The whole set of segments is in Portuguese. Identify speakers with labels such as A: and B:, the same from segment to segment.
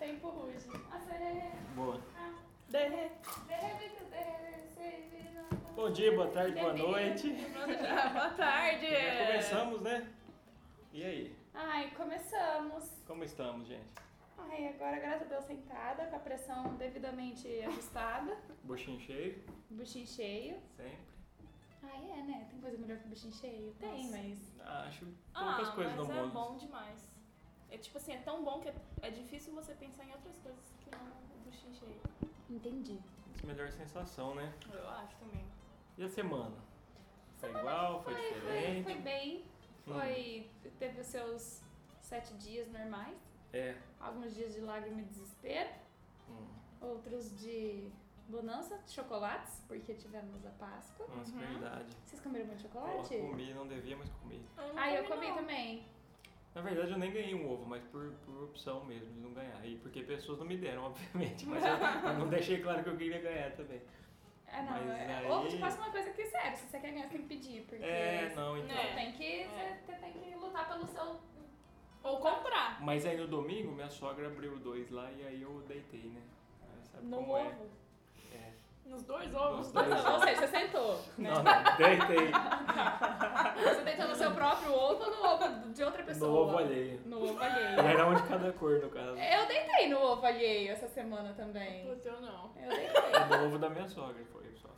A: Tempo ruge. A sereia
B: Boa.
A: derrete. Derrete, derrete,
B: Bom dia, boa tarde, boa noite.
A: Boa tarde.
B: Já começamos, né? E aí,
A: Ai, começamos.
B: como estamos, gente?
A: Ai, agora graças a Deus sentada, com a pressão devidamente ajustada,
B: Buchinho cheio,
A: buchinho cheio.
B: sempre.
A: Ai, é, né? Tem coisa melhor que buchinho cheio? Tem,
C: Nossa.
A: mas...
B: Acho poucas coisas no
C: mas é
B: mundo.
C: bom demais. É tipo assim, é tão bom que é, é difícil você pensar em outras coisas que não o buchinho cheio.
A: Entendi.
B: Essa melhor sensação, né?
C: Eu acho também.
B: E a semana? Foi igual, foi
A: Foi,
B: diferente? Hum.
A: foi bem. Foi... Teve os seus sete dias normais.
B: É.
A: Alguns dias de lágrima e desespero.
B: Hum.
A: Outros de bonança, chocolates, porque tivemos a Páscoa.
B: Nossa,
C: Uhum.
B: verdade.
A: Vocês comeram muito
B: Pô,
A: chocolate?
B: comi, não devia, mas comi.
C: não
A: Ah, eu
C: comi,
A: comi
C: não.
A: também.
B: Na verdade, eu nem ganhei um ovo, mas por, por opção mesmo de não ganhar. E porque pessoas não me deram, obviamente. Mas eu, eu não deixei claro que eu queria ganhar também.
A: Ah, não.
B: Mas
A: é-
B: aí-
A: Ou te passa uma coisa que sério, se você quer ganhar, você tem que pedir, porque né,
B: É, não, então.
A: você
C: É.
A: tem que. Você tem que lutar pelo seu.
C: Ou comprar.
B: Mas aí no domingo, minha sogra abriu dois lá e aí eu deitei, né? Aí sabe
C: No
B: como
C: ovo.
B: é. É.
C: Nos dois ovos. né?
B: Nos dois
A: Ou seja, você sentou. Né?
B: Não, não, deitei.
A: Você deitou no seu próprio ovo ou no ovo de outra pessoa?
B: No ovo alheio.
A: No ovo
B: E
A: alheio.
B: Era um de cada cor, no caso.
A: Eu deitei no ovo alheio essa semana também.
C: O teu não.
A: Eu deitei.
B: No ovo da minha sogra, foi só.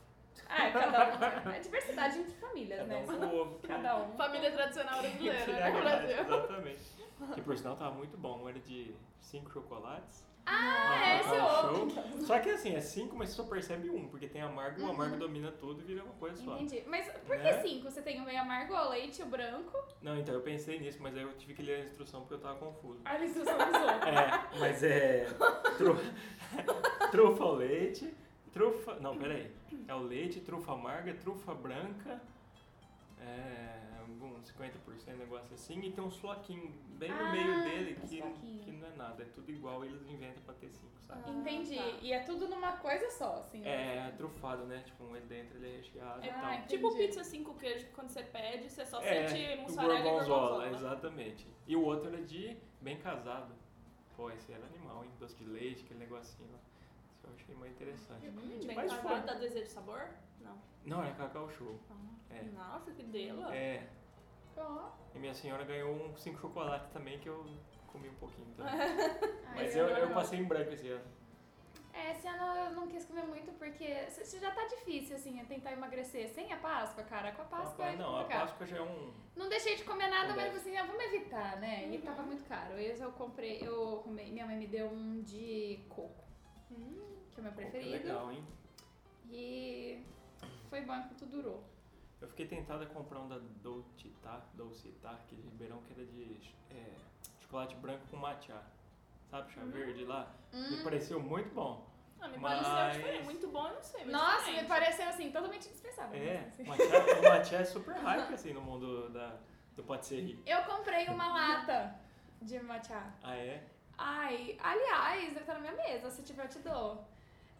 A: Ah, cada um. É diversidade entre famílias,
B: Cada
A: né?
B: um com o ovo. que-
A: Cada um.
C: É Família tradicional
B: que te
C: brasileira, né? no
B: agrada,
C: Brasil.
B: Exatamente. Que por sinal tava muito bom. Um Era de cinco chocolates.
A: Ah, é esse
B: Cacau
A: ovo.
B: Show. Só que assim, é cinco, mas você só percebe um, porque tem amargo, o amargo domina tudo e vira uma coisa só.
A: Uhum. Entendi. Mas por que
B: Né?
A: cinco? Você tem o meio amargo, o leite, o branco.
B: Não, então eu pensei nisso, mas aí eu tive que ler a instrução porque eu tava confuso.
A: Olha a instrução dos outros.
B: É, mas é. tru- trufa ao leite, trufa. Não, peraí. É o leite, trufa amarga, trufa branca. É. Um 50% negócio assim. E tem um floquinho bem no
A: Ah,
B: meio dele que,
A: floquinho.
B: que não é nada. É tudo igual, eles inventam pra ter cinco, sabe?
C: Ah,
A: Entendi.
C: tá.
A: E é tudo numa coisa só, assim. né?
B: É trufado, né? Tipo, um ele dentro, ele é recheado e
A: Ah,
B: tal.
A: entendi.
C: Tipo pizza cinco queijos, que quando você pede, você só
B: É,
A: um
C: sente
B: o
C: mussarela e
B: gorgonzola,
A: né?
C: gorgonzola.
B: exatamente. E o outro era de bem casado. Pô, esse era animal, hein? Doce de leite, aquele negocinho lá. Isso eu achei mais interessante.
C: Bem
B: Mas foi.
C: casado, Hum, dá desejo de sabor? Não.
B: Não, era cacau show. É.
C: Nossa, que
A: Ah.
C: dela.
B: É.
A: Ó.
B: E minha senhora ganhou um cinco chocolates também que eu comi um pouquinho também.
A: Ai,
B: Mas eu, eu
A: não.
B: passei em branco esse ano.
A: É, esse ano eu não quis comer muito porque se- se já tá difícil, assim, é tentar emagrecer sem a Páscoa, cara. Com a Páscoa é
B: não, a
A: complicado.
B: Páscoa já é um.
A: Não deixei de comer nada, mas
B: Verdade.
A: assim, ah, vamos evitar, né? E tava muito caro. Esse eu comprei, eu comi, minha mãe me deu um de coco,
C: Hum.
A: que é o meu preferido.
B: Legal, hein?
A: E foi bom enquanto durou.
B: Eu fiquei tentada a comprar um da Dolcitá, Dolcitá, que é de Ribeirão, que era de é, chocolate branco com matcha. Sabe,
A: Hum.
B: chá verde lá? Me pareceu muito bom.
C: Ah, me
B: Mas-
C: pareceu diferente. Muito bom, eu não
A: É
C: sei. Mas
A: Nossa, me
C: diferente.
A: pareceu assim, totalmente dispensável.
B: É,
A: mas, assim.
B: o matcha, o matcha é super hype assim no mundo da, do patisserie.
A: Eu comprei uma lata de matcha.
B: Ah, é?
A: Ai, aliás, deve estar na minha mesa, se tiver eu te dou.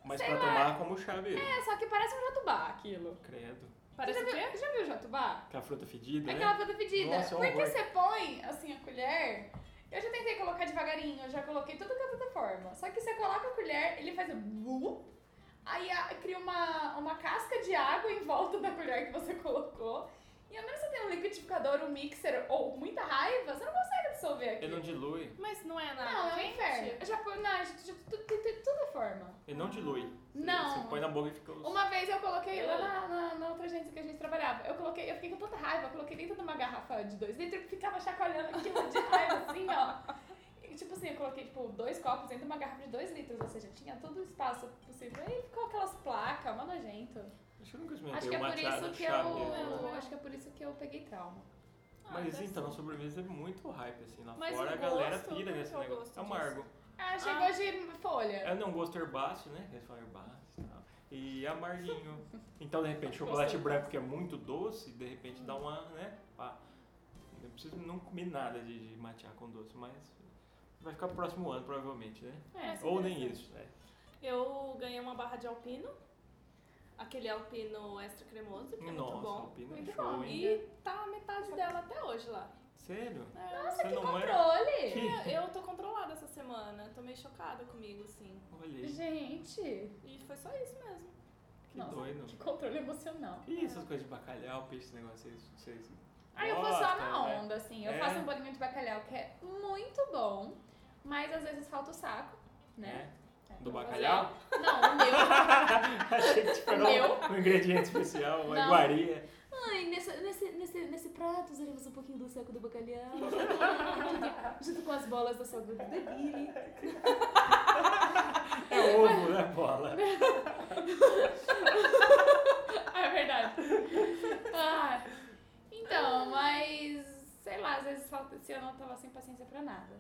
B: Mas
A: Sei
B: pra
A: lá.
B: tomar como chá mesmo.
A: É, só que parece um jatubá aquilo.
B: Credo.
C: Parece
A: Você
C: o
A: já
C: quê?
A: viu, já viu o jatubá?
B: Com a fruta fedida,
A: É
B: né?
A: aquela fruta pedida.
B: Nossa, é um
A: Porque
B: horror.
A: você põe, assim, a colher... Eu já tentei colocar devagarinho, eu já coloquei tudo com a forma. Só que você coloca a colher, ele faz um... blup, Aí a- cria uma, uma casca de água em volta da colher que você colocou. E ao menos que você tem um liquidificador, um mixer ou muita raiva, você não consegue dissolver aquilo.
B: Ele não dilui.
C: Mas não é nada.
A: Não, é um
C: quente.
A: inferno. Já põe na. já- já- tu- tu- tu- Tudo é forma.
B: Ele não dilui. Você-
A: Não.
B: Você põe na boca e fica os...
A: Uma vez eu coloquei lá na, na, na outra agência que a gente trabalhava. Eu coloquei, eu fiquei com tanta raiva, eu coloquei dentro de uma garrafa de dois litros e ficava chacoalhando aquilo de raiva, assim, ó. E, tipo assim, eu coloquei tipo, dois copos dentro de uma garrafa de dois litros, ou seja, tinha todo o espaço possível. E ficou aquelas placas, mó nojento.
B: Acho que eu nunca
A: Acho
B: experimentei
A: que é por
B: o matcha
A: isso
B: do
A: que
B: chá
A: eu.
B: mesmo.
A: Acho que é por isso que eu peguei trauma.
C: Ah,
B: Mas
C: deve
B: então,
C: ser.
B: sobremesa é muito hype, assim. Lá
C: Mas
B: fora
C: o
B: a galera
C: gosto,
A: né,
B: pira
C: qual
B: nesse
C: que é o
B: negócio.
C: gosto
B: É amargo.
A: Ah, chegou
C: Ah.
A: de folha.
B: É não, gosto herbáceo, né? Eles falam herbáceo e tal. E amarguinho. Então, de repente, chocolate
C: Gostei.
B: branco que é muito doce, de repente dá uma, né? Pá. Eu preciso não comer nada de, de matear com doce, mas vai ficar pro próximo ano, provavelmente, né?
C: É,
A: assim.
C: essa
B: Ou
C: é
B: nem
C: interessante.
B: isso, né?
C: Eu ganhei uma barra de alpino. Aquele alpino extra cremoso, que é muito
B: Nossa,
C: bom.
B: alpina é
A: Muito
B: show,
A: bom.
B: hein?
C: E tá a metade dela até hoje lá.
B: Sério?
C: É,
A: Nossa,
B: Você
A: que
B: não
A: controle!
C: eu- eu tô controlada essa semana. Tô meio chocada comigo, assim.
B: Olha aí,
A: Gente,
C: E foi só isso mesmo.
B: que
A: nossa,
B: doido.
A: que controle emocional.
B: E essas coisas de bacalhau, peixe, esse negócio, vocês, vocês
A: Aí eu vou
B: gostam,
A: só na
B: né?
A: onda, assim. Eu
B: É.
A: faço um bolinho de bacalhau que é muito bom, mas às vezes falta o saco, né?
B: É. Do bacalhau?
A: Não, o meu.
B: Achei que tipo, era um, um ingrediente especial, uma
A: Não.
B: iguaria.
A: Ai, nesse, nesse, nesse, nesse prato usaremos um pouquinho do saco do bacalhau. junto com as bolas da sogra do Debile.
B: É ovo, né, bola?
A: Ah, é verdade. Ah, então, mas sei lá, às vezes falta, esse ano eu tava sem paciência pra nada.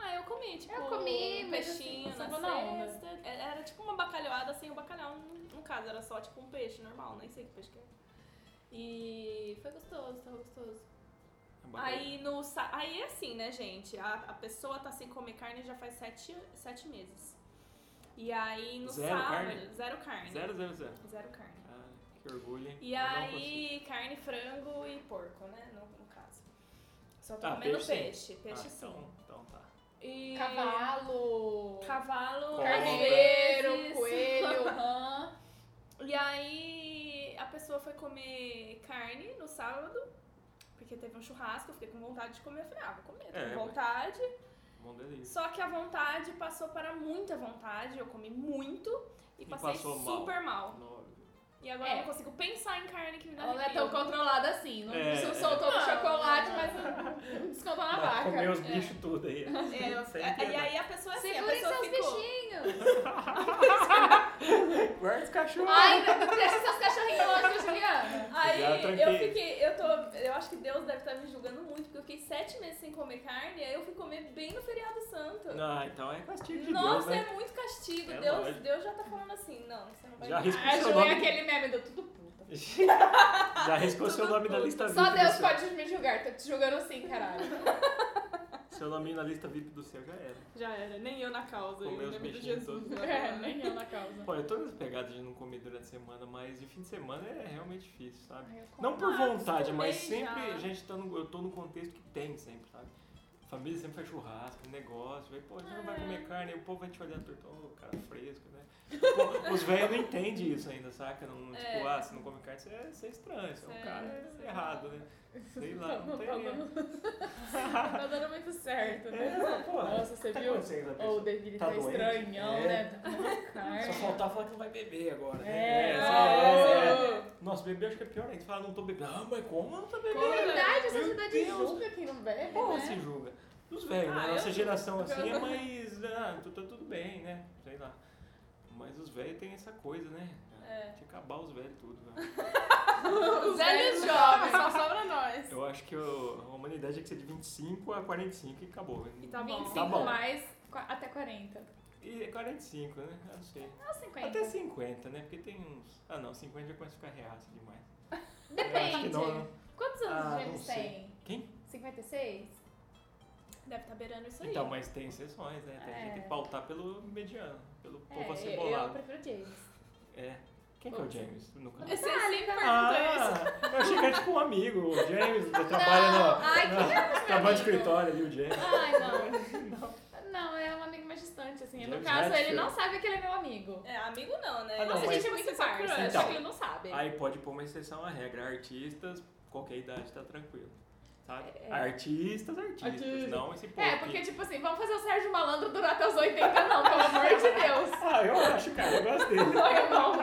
C: Ah, eu comi, tipo,
A: Eu comi,
C: um
A: mas
C: peixinho
A: assim,
C: na
A: vou na onda.
C: cesta. É- Era tipo uma bacalhoada sem o bacalhau, no no caso, era só tipo um peixe normal, nem sei que peixe que é. E foi gostoso, tava gostoso. Aí, no, sa- aí é assim, né, gente? A, a pessoa tá sem comer carne já faz sete, sete meses. E aí no
B: Zero
C: sábado.
B: carne?
C: Zero carne.
B: Zero, zero, zero.
C: Zero carne.
B: Ah, que orgulho, hein?
C: E
B: Eu não
C: aí, carne, frango e porco, né? No, no caso. Só tô
B: Ah,
C: comendo
B: peixe sim.
C: peixe. Peixe,
B: consigo. Ah,
C: sim.
B: então, então tá.
C: E...
A: Cavalo,
C: Cavalo,
B: Cobra.
A: carneiro,
C: às
A: coelho,
C: vezes.
A: rã.
C: E aí a pessoa foi comer carne no sábado, porque teve um churrasco, eu fiquei com vontade de comer. Eu falei, ah, vou comer, tô
B: É,
C: com vontade.
B: Bom delírio.
C: Só que a vontade passou para muita vontade, eu comi muito e
B: E
C: passei
B: passou mal.
C: super mal.
B: Nove.
C: E agora
A: É.
C: eu não consigo pensar em carne que me dá
A: Ela não é
C: arrepio.
A: tão controlada assim, não,
B: É,
A: não
B: é.
A: soltou no
C: Não,
A: chocolate,
C: não,
A: mas não descontou na
B: Dá pra
A: vaca.
B: comer os
A: É.
B: bichos tudo aí.
C: Ah, É, eu-
B: Sem
C: e
B: piedade.
C: aí a pessoa assim, a
A: Segurem
C: pessoa
A: seus
C: ficou...
A: bichinhos.
B: Guarda os cachorros.
A: Ai, deixa seus cachorrinhos longe, Juliana.
C: Aí
B: Já
C: eu
B: tranquei.
C: fiquei, eu tô, eu acho que Deus deve estar me julgando muito, porque eu fiquei sete meses sem comer carne, aí eu fui comer bem no feriado santo.
B: Ah, então é castigo de Deus,
C: Nossa,
B: né?
C: é muito castigo.
B: É
C: Deus,
B: lógico.
C: Deus já tá falando assim, não, você não vai
B: Já
C: me-
B: arriscou
A: A
B: seu
A: Ju é
B: nome.
A: aquele meme do tudo puta.
B: Já arriscou seu
C: Tudo
B: nome na
C: tudo.
B: lista VIP.
A: Só
B: do
A: Deus
B: céu.
A: pode me julgar, tô te julgando sim, caralho.
B: Seu nome na lista VIP do céu já era.
C: Já era, nem eu na causa,
B: Comer
C: eu
B: os
C: lembro de
B: bichinhos
C: Jesus.
B: todos.
A: É, nem eu na causa.
B: Pô, eu tô nessa pegada de não comer durante a semana, mas de fim de semana é realmente difícil, sabe?
A: Ai, eu como.
B: Não por
C: Ah,
B: vontade, mas
C: acostumei
B: sempre
C: já.
B: a gente tá no, eu tô no contexto que tem sempre, sabe? Família sempre faz churrasco, negócio, vai, pô, a gente não vai
C: É.
B: comer carne, o povo vai te olhar torto, ô, cara fresco, né? Pô, os velhos não entendem isso ainda, saca? Não, tipo,
C: É.
B: ah, se não come carne, você é, você é estranho, você é um
C: É,
B: cara
C: sei lá.
B: errado, né? Sei lá, não
A: Não,
B: tem.
A: tá dando- Tá dando muito certo, né?
B: É, pô,
A: Nossa, você
B: tá
A: viu?
B: acontecendo com a
A: Ou
B: pessoa?
A: o David
B: Tá
A: tá,
B: doente?
A: estranhão,
B: É.
A: né? Tá com uma
B: Só
A: carne.
B: faltar falar que não vai beber agora,
A: É,
B: né?
C: Ah,
A: é,
B: só-
A: é.
B: Nossa, beber acho que é pior ainda. Você fala, não tô bebendo. Ah, mas como eu não tô bebendo?
A: Na verdade,
B: Meu
A: essa cidade
B: Deus.
A: julga quem não bebe,
B: Porra,
A: né?
B: se julga. Os velhos,
C: Ah,
B: né?
C: eu
B: Nossa
C: não-
B: geração assim é
C: eu-
B: mais. Ah, tu tá tudo bem, né? Sei lá. Mas os velhos têm essa coisa, né?
C: É.
B: De acabar os velhos tudo, né? velho.
A: Os
C: velhos jovens, só sobra nós.
B: Eu acho que o- a humanidade é que ser de 25 a 45 e acabou.
C: E tá bom.
A: 25
B: Tá bom.
A: mais qua- até 40.
B: E é 45, né? Eu não sei.
A: Não, 50.
B: Até 50, né? Porque tem uns. Ah não, 50 já começa a ficar reaça demais. Eu acho que
A: Depende.
B: não, né?
A: Quantos anos
B: Ah,
A: os
B: não
A: gêmeos
B: sei.
A: têm?
B: Quem?
A: 56?
C: Deve tá beirando isso aí.
B: Então, mas tem exceções, né? Tem gente que
A: É.
B: pautar pelo mediano, pelo povo
A: é, eu, eu
B: acebolado.
A: prefiro James. Tá então.
B: É. Quem que é o James? No canal?
C: Você sempre
B: Ah,
C: pergunta isso.
B: eu achei que era tipo um amigo. O James trabalha
A: é não.
B: no.
A: Ai,
B: na-
A: que é
B: trabalha no escritório ali, o James.
A: Ai, não. Não, é um amigo mais distante, assim. No
B: James
A: caso, ele
B: Hetfield.
A: não sabe que ele é meu amigo.
C: É, amigo não, né?
B: Ah, não,
A: Nossa, a
B: mas-
A: gente é muito parça,
C: crush.
A: só
B: Então.
A: que ele não sabe.
B: Aí pode pôr uma exceção à regra. Artistas, qualquer idade tá tranquilo. Sabe?
A: É.
B: Artistas, artistas.
A: Artista.
B: Não esse povo.
A: É,
B: que-
A: porque, tipo assim, vamos fazer o Sérgio Malandro durar até os 80, não, pelo amor de Deus.
B: Ah, eu acho, cara. Eu gosto dele.
A: Não, eu não.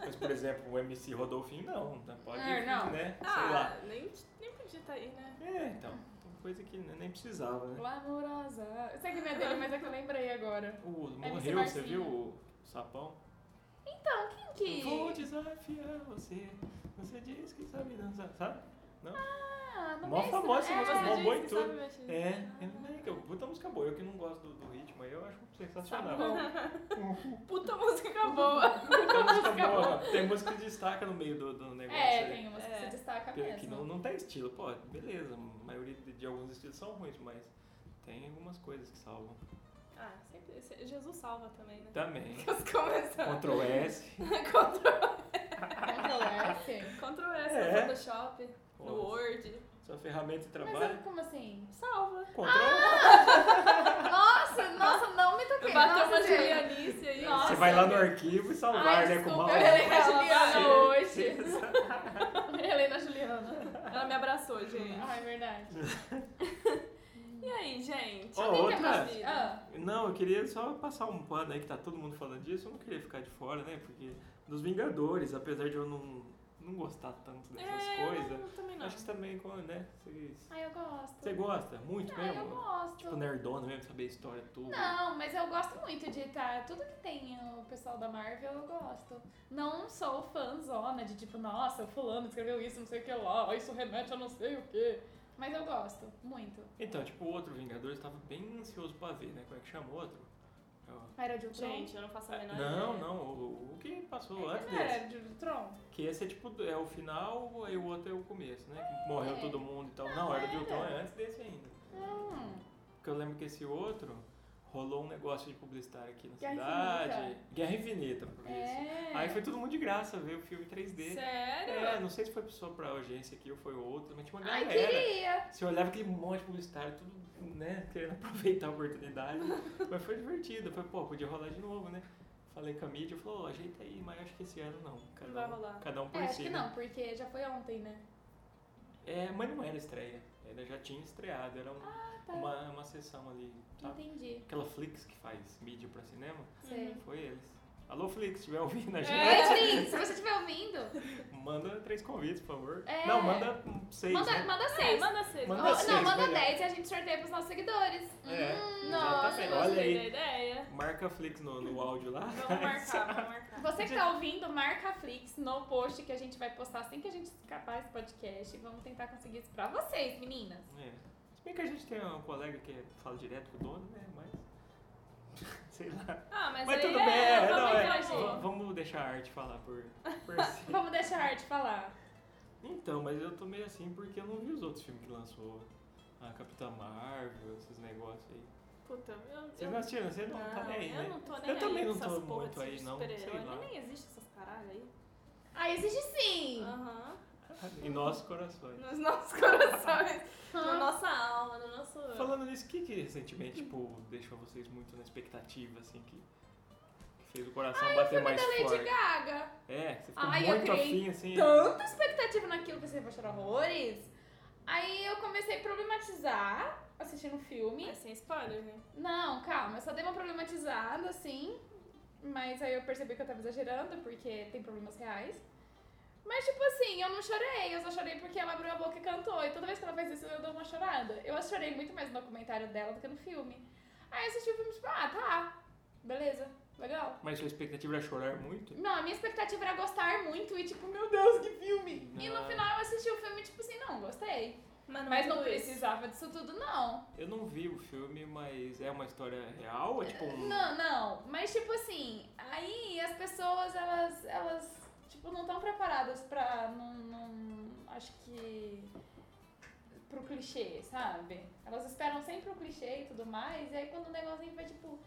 B: Mas, por exemplo, o MC Rodolfinho, não. tá? Pode,
A: É, não.
B: né? Sei lá.
C: Ah, nem, nem podia estar aí, né?
B: É, então. Tem coisa que nem precisava, né?
A: Glamourosa. Eu sei que não é dele, mas é que eu lembrei agora.
B: O,
A: MC
B: morreu, você
A: Marcinho.
B: viu o sapão?
A: Então, quem que.
B: Vou desafiar você. Você diz que sabe dançar, sabe? Não?
A: Ah, no
B: Mó
A: meio
B: famosa
A: isso-
B: essa
A: é,
B: música, mó
A: gente,
B: boa em
C: que
B: tudo.
C: sabe mexer.
B: É, é, é que eu- puta música boa. Eu que não gosto do, do ritmo aí, eu acho sensacional.
A: Tá Uhum.
C: Puta música é boa.
B: Puta música boa. Tem música que destaca no meio do, do negócio.
A: Tá É,
B: aí.
A: tem umas que
C: É.
A: se destaca
B: Que, que
A: mesmo.
B: não, não tem estilo, pô, beleza. A maioria de, de alguns estilos são ruins, mas tem algumas coisas que salvam.
C: Ah, sempre. se- Jesus salva também, né?
B: Também.
C: Os começando.
B: Ctrl S.
C: Ctrl
A: é
B: assim.
A: Controverse.
C: Ctrl S
B: É.
C: no Photoshop,
B: Pô,
C: no Word.
B: Sua ferramenta
A: Mas
B: de trabalho.
A: eu- Ah, como assim?
C: Salva.
B: Ctrl Ah!
A: Nossa, nossa, não me toquei.
C: Bateu
A: nossa,
C: uma
A: gente.
C: Julianice aí.
A: Nossa.
B: Você vai lá no arquivo e salvar,
A: Ai,
B: né? Com o
A: desculpa,
B: mouse.
A: eu errei na
C: Ela é
A: Juliana
C: vai-
A: hoje. Helena Juliana.
C: Ela me abraçou, gente.
A: Ai, verdade.
C: E aí, gente?
B: Ó,
C: Alguém quer
B: outra.
C: mais vida?
A: Ah,
B: Não, eu queria só passar um pano aí que tá todo mundo falando disso. Eu não queria ficar de fora, né? Porque dos Vingadores, apesar de eu não, não gostar tanto dessas
C: É, eu
B: coisas.
C: não- também não.
B: Acho que você também, né? Você,
A: ai, eu gosto.
B: você gosta muito
A: Ai, Ah, eu
B: mesmo?
A: gosto.
B: Tipo, nerdona mesmo, saber a história, tudo.
A: Não, mas eu gosto muito de estar. Tudo que tem o pessoal da Marvel, eu gosto. Não sou fãzona de tipo, nossa, o fulano escreveu isso, não sei o que lá, isso remete a não sei o que. Mas eu gosto, muito.
B: Então, tipo, o outro Vingadores tava bem ansioso pra ver, né? Como é que chama o outro? É o-
A: Era de um Ultron?
C: Gente, eu não faço a menor
B: É, Não,
C: ideia.
B: não, o, o que passou
A: É,
B: antes
A: não
B: desse.
A: era de Ultron?
B: Que esse é tipo, é o final e o outro é o começo, né? Que morreu
A: É.
B: todo mundo e tal.
A: Não,
B: Não, era de
A: era.
B: Ultron, é antes desse ainda.
A: Hum.
B: Porque eu lembro que esse outro rolou um negócio de publicitário aqui na
A: Guerra
B: cidade.
A: Infinita.
B: Guerra Infinita, por isso.
A: É.
B: Aí foi todo mundo de graça ver o filme 3D.
C: Sério?
B: É, não sei se foi só pra agência aqui ou foi outro, mas tinha uma
A: Ai,
B: galera.
A: queria.
B: Você olhava aquele monte de publicitário, tudo, né, querendo aproveitar a oportunidade. Mas foi divertido. Foi, pô, podia rolar de novo, né? Falei com a mídia, falou, ó, ajeita aí, mas acho que esse ano não. Cada
C: Não vai
B: um,
C: rolar.
B: Cada um por
A: É,
B: si.
A: acho que
B: né?
A: não, porque já foi ontem, né?
B: É, mas não era estreia. Ela já tinha estreado, era
C: Ah,
B: um-
A: tá.
B: uma, uma sessão ali, sabe?
A: Entendi.
B: Aquela Flix que faz mídia pra cinema,
A: Sei.
B: foi eles. Alô, Flix, se estiver ouvindo a gente,
A: É, Flix, se você estiver ouvindo,
B: manda três convites, por favor.
A: É.
B: Não, manda hum, seis,
A: manda,
B: né?
A: manda
C: É,
A: seis.
C: manda seis.
B: Manda
A: Ou-
C: Ó,
B: seis.
A: não, manda
B: melhor.
A: 10 e a gente sorteia pros nossos seguidores.
B: É,
A: Hum,
C: Nossa,
B: Exatamente.
A: nossa.
B: Olha aí.
C: gostei da ideia.
B: Marca a Flix no, no áudio lá.
C: Vamos marcar, vamos marcar.
A: Você que tá ouvindo, marca a Flix no post que a gente vai postar assim que a gente escapar esse podcast. Vamos tentar conseguir isso pra vocês, meninas.
B: É. Se bem que a gente tem um colega que fala direto com o dono, né? Mas. Sei lá.
C: Ah, mas,
B: Mas
C: aí
B: tudo
C: é,
B: bem, é,
C: vamos
B: não, é.
C: interagir.
B: v- Vamos deixar a arte falar por, por si.
A: Vamos deixar a arte falar.
B: Então, mas eu tô meio assim porque eu não vi os outros filmes que lançou. A Capitã Marvel, esses negócios aí.
C: Puta, eu,
B: Vocês
C: eu-
B: não assistiram? Você não, tá nem aí,
C: eu
B: né?
C: não tô nem
B: Eu
C: aí
B: também
C: com
B: não tô
C: essas porra
B: muito aí,
C: desses
B: não,
C: super-heróis.
B: sei lá.
C: Nem existe essas caralho aí.
A: Ah, existe sim!
C: Aham.
B: Em nossos corações.
C: Nos nossos corações, na
A: Ah,
C: nossa alma, no nosso...
B: Falando nisso, o que, que recentemente, tipo, deixou vocês muito na expectativa, assim, que que fez o coração
A: Ai, eu fui
B: bater
A: da
B: mais
A: Lady
B: forte?
A: Gaga.
B: É, você ficou
A: Ai, eu
B: muito
A: criei
B: afim, assim.
A: Tanta expectativa naquilo que você vai chorar horrores. Aí eu comecei a problematizar assistindo o filme.
C: É sem spoiler, né?
A: Não, calma, eu só dei uma problematizada, assim. Mas aí eu percebi que eu tava exagerando, porque tem problemas reais. Mas, tipo assim, eu não chorei, eu só chorei porque ela abriu a boca e cantou. E toda vez que ela faz isso, eu dou uma chorada. Eu chorei muito mais no documentário dela do que no filme. Aí eu assisti o filme, tipo, ah, tá, beleza, legal.
B: Mas sua expectativa era chorar muito?
A: Não, a minha expectativa era gostar muito e, tipo, meu Deus, que filme! E no
B: Ah.
A: final eu assisti o filme, tipo assim, não, gostei.
C: Mas
A: Mas não é
C: precisa.
A: precisava disso tudo, não.
B: Eu não vi o filme, mas é uma história real? É tipo um.
A: Não, não, mas tipo assim, aí as pessoas, elas, elas tipo, não estão preparadas pra, não, não- acho que, pro clichê, sabe? Elas esperam sempre o clichê e tudo mais, e aí quando o negocinho vai tipo,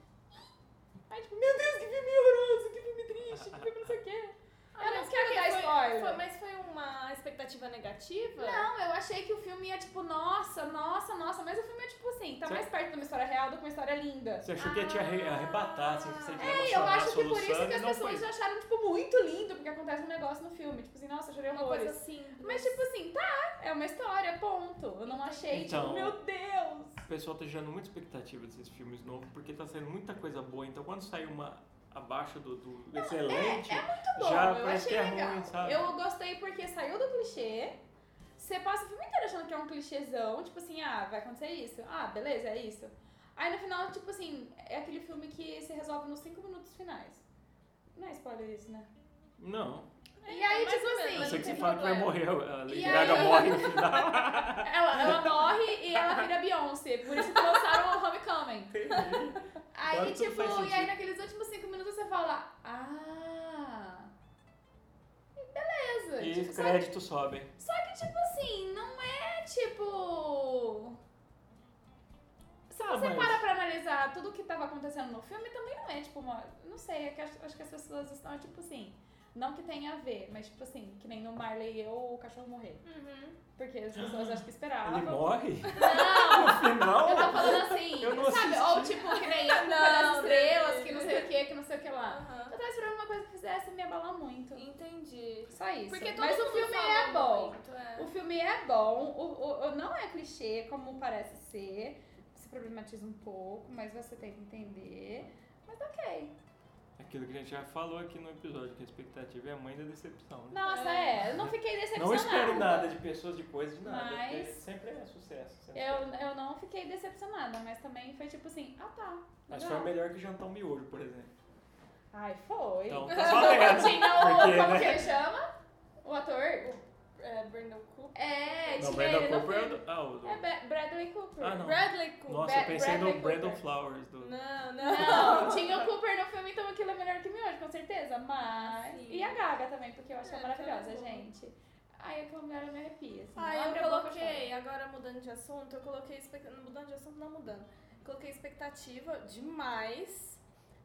A: aí tipo, meu Deus, que filme horroroso, que filme triste, que filme não sei o quê. Eu não quero dar spoiler.
C: mas foi uma expectativa negativa?
A: Não, eu achei que o filme ia tipo, nossa, nossa, nossa, mas o filme é tipo assim, tá
B: Você-
A: mais perto de uma história real do que uma história linda.
B: Você achou que ia te arre- arrebatar, assim, que você ia
A: É, eu
B: emocionar
A: acho que por isso
B: soluçando,
A: que
B: e
A: as
B: não foi.
A: pessoas acharam, tipo, muito lindo, porque acontece um negócio no filme. Tipo assim, nossa, eu chorei
C: Uma coisa
A: horrores.
C: assim.
A: Mas, tipo assim, tá, é uma história, ponto. Eu não achei,
B: Então-
A: tipo, meu Deus.
B: O pessoal tá gerando muita expectativa desses filmes novos, porque tá saindo muita coisa boa. Então quando sai uma abaixo do, do excelente,
A: Muito bom,
B: já
A: eu
B: parece
A: achei
B: que é
A: legal.
B: ruim, sabe?
A: Eu gostei porque saiu do clichê. Você passa o filme inteiro achando que é um clichêzão, tipo assim, ah, vai acontecer isso. Ah, beleza, é isso. Aí no final, tipo assim, é aquele filme que se resolve nos cinco minutos finais. Não é spoiler isso, né?
B: Não.
A: E aí,
C: mais
A: tipo
C: ou menos,
A: assim,
C: mas
B: Pensei
C: não
B: que
C: tem
B: você fala que vai
C: problema.
B: morrer. A Lady
A: E
B: Gaga
A: aí?
B: morre no final.
A: Ela, ela morre e ela vira Beyoncé. Por isso que lançaram o Homecoming. Aí,
B: Agora tudo
A: tipo,
B: faz
A: e aí
B: sentido.
A: naqueles últimos cinco minutos você fala, ah. Beleza.
B: E
A: Tipo,
B: os
A: só,
B: créditos sobem.
A: só que, tipo assim, não é tipo. Se
B: Ah,
A: você
B: mas-
A: para pra analisar tudo o que tava acontecendo no filme, também não é, tipo, uma. Não sei, é que acho, acho que as pessoas estão, tipo assim. Não que tenha a ver, mas tipo assim, que nem no Marley e eu o cachorro morrer.
C: Uhum.
A: Porque as pessoas acham que esperavam.
B: Ele morre?
A: Não!
B: No final?
A: Ah, Eu tô falando assim,
B: Eu não
A: sabe? Ou tipo, que nem eu, das
C: Não,
A: estrelas,
C: Davi.
A: que não sei o que, que não sei o que lá.
C: Aham.
A: Eu tava esperando uma coisa que fizesse me abalar muito.
C: Entendi.
A: Só isso.
C: Porque todo
A: Mas o
C: mundo
A: filme
C: fala
A: é bom.
C: muito, é.
A: O filme é bom, o, o, o- não é clichê como parece ser. Se problematiza um pouco, mas você tem que entender. Mas ok.
B: Aquilo que a gente já falou aqui no episódio, que a expectativa é a mãe da decepção. né?
A: Nossa, é,
C: É.
A: eu não fiquei decepcionada.
B: Não espero nada de pessoas, de coisas, de nada.
A: Mas-
B: porque Sempre é sucesso. sempre é.
A: Eu, eu não fiquei decepcionada, mas também foi tipo assim, ah tá.
B: Mas
A: legal.
B: foi melhor que jantar um miojo, por exemplo.
A: Ai, foi.
B: Então, tá valendo.
A: Tinha o.
B: Porque,
A: como
B: né?
A: que ele chama? O ator?
C: É, Brandon Cooper.
A: É,
B: Não,
A: tinha ele
B: Brandon
A: no
B: Cooper é
A: filme.
B: o do- ah, o do-
A: É Ba- Bradley Cooper.
B: Ah, não.
C: Bradley Cooper.
B: Nossa, eu
A: Bra-
B: pensei
A: Bradley
B: no Brandon
A: Cooper.
B: Flowers. Do...
C: Não, não.
A: Não, tinha o Cooper no filme, então aquilo é melhor que o Miojo, com certeza. Mas.
C: Sim.
A: E a Gaga também, porque eu achei
C: É,
A: maravilhosa,
C: tá bom.
A: gente. Ai, aquela mulher me arrepia. Assim.
C: Ai,
A: Abre
C: eu
A: a boca, chora.
C: coloquei, agora mudando de assunto, eu coloquei expectativa. Mudando de assunto, não mudando. Coloquei expectativa demais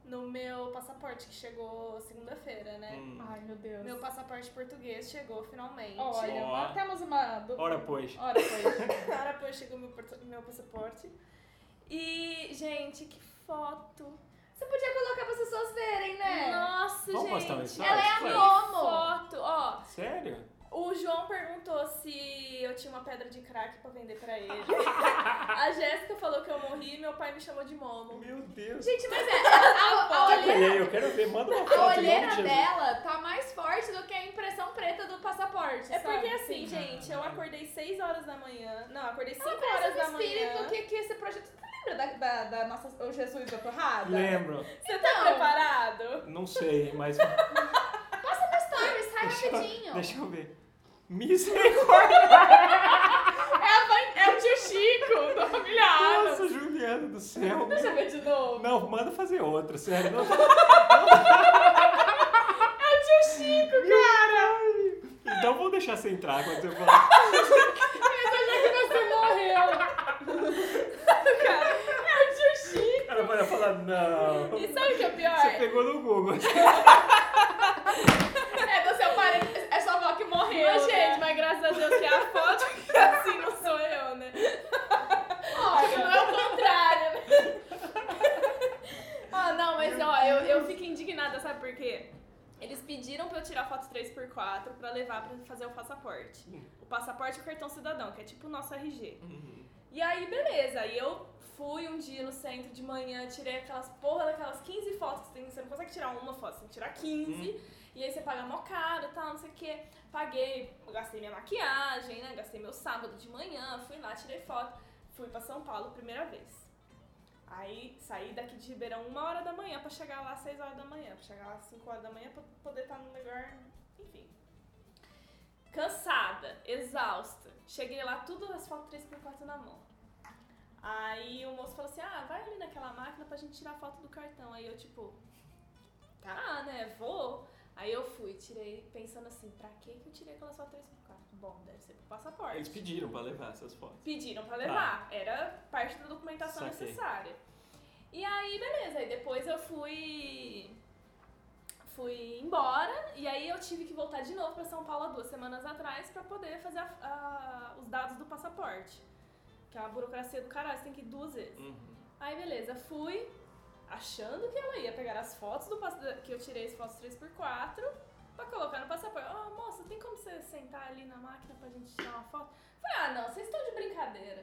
C: no meu passaporte que chegou segunda-feira,
A: é.
C: né?
B: Hum.
A: Ai, meu Deus.
C: Meu passaporte português chegou finalmente.
A: Olha,
B: Ó.
A: nós temos uma. Du...
B: Ora, pois.
A: Ora, pois.
C: Agora depois chegou meu, portu- meu passaporte. E, gente, que foto.
A: Você podia colocar pra pessoas verem,
C: É.
A: né?
C: Nossa,
B: Vamos
C: gente.
B: postar um story?
A: Ela é a
B: Foi.
A: Momo.
C: Foto, ó.
B: Sério?
C: O João perguntou se eu tinha uma pedra de crack pra vender pra ele. a Jéssica falou que eu morri e meu pai me chamou de Momo.
B: Oh, Meu Deus.
A: Gente, mas é. A, a, a
B: Já
A: olheira-
B: ganhei, é? eu quero ver. Manda uma
A: a
B: foto. em nome de
A: olheira
B: Jesus.
A: dela tá mais forte do que a impressão preta do passaporte.
C: É
A: sabe?
C: porque assim, gente, eu acordei 6 horas da manhã. Não, acordei 5
A: Ela
C: horas
A: parece
C: da
A: um espírito
C: manhã.
A: que, que esse projeto. Você lembra da, da, da nossa. O Jesus da Torrada?
B: é. Lembro.
C: Você tá
A: Então.
C: preparado?
B: Não sei, mas
A: Passa pra stories, sai
B: Deixa eu-
A: Tá rapidinho.
B: deixa eu ver. Misericórdia,
A: É, a mãe, é o tio Chico do família Adams.
B: Juliana do céu.
A: Deixa eu ver de novo.
B: Não, manda fazer outra, sério. Não,
A: É o tio Chico, cara.
B: então vou deixar você entrar quando você falar.
A: Mas olha
C: é
A: que você morreu. É o tio Chico.
B: Ela vai falar, não.
A: E sabe o que é
B: Você
A: pior?
B: pegou no Google.
A: É do seu parente. É sua avó que morreu.
C: mas,
A: né?
C: gente, mas graças a Deus que é a foto que assim não sou eu, né?
A: Olha, não é o contrário, né?
C: Ah, não, mas ó, eu, eu fico indignada, sabe por quê? Eles pediram pra eu tirar foto 3x4 pra levar pra fazer o passaporte. O passaporte e o cartão cidadão, que é tipo o nosso RG. E aí, beleza, aí eu fui um dia no centro de manhã, tirei aquelas porra daquelas 15 fotos que você, tem, você não consegue tirar uma foto, você tem que tirar 15. E aí você paga mó caro e tal, não sei o quê. Paguei, gastei minha maquiagem, né? Gastei meu sábado de manhã, fui lá, tirei foto. Fui pra São Paulo, primeira vez. Aí saí daqui de Ribeirão uma hora da manhã pra chegar lá às 6 horas da manhã, pra chegar lá às 5 horas da manhã pra poder estar no lugar, enfim. Cansada, exausta. Cheguei lá, tudo as fotos 3x4 um na mão. Aí o moço falou assim: ah, vai ali naquela máquina pra gente tirar foto do cartão. Aí eu, tipo, tá, né, vou. Aí eu fui, tirei, pensando assim: pra que que eu tirei aquelas fotos 3x4? um Bom, deve ser pro passaporte
B: Ah, Eles pediram pra levar essas fotos.
C: pediram pra levar. Era parte da documentação
B: Saquei.
C: necessária. E aí, beleza. Aí depois eu fui. Fui embora. E aí eu tive que voltar de novo pra São Paulo há duas semanas atrás pra poder fazer a- a- os dados do passaporte. Que é uma burocracia do caralho, você tem que ir duas vezes.
B: Uhum.
C: Aí beleza, fui achando que ela ia pegar as fotos do pass- da- que eu tirei as fotos 3x4 pra colocar no passaporte. Ó, moça, tem como você sentar ali na máquina pra gente tirar uma foto? Falei, ah não, vocês estão de brincadeira.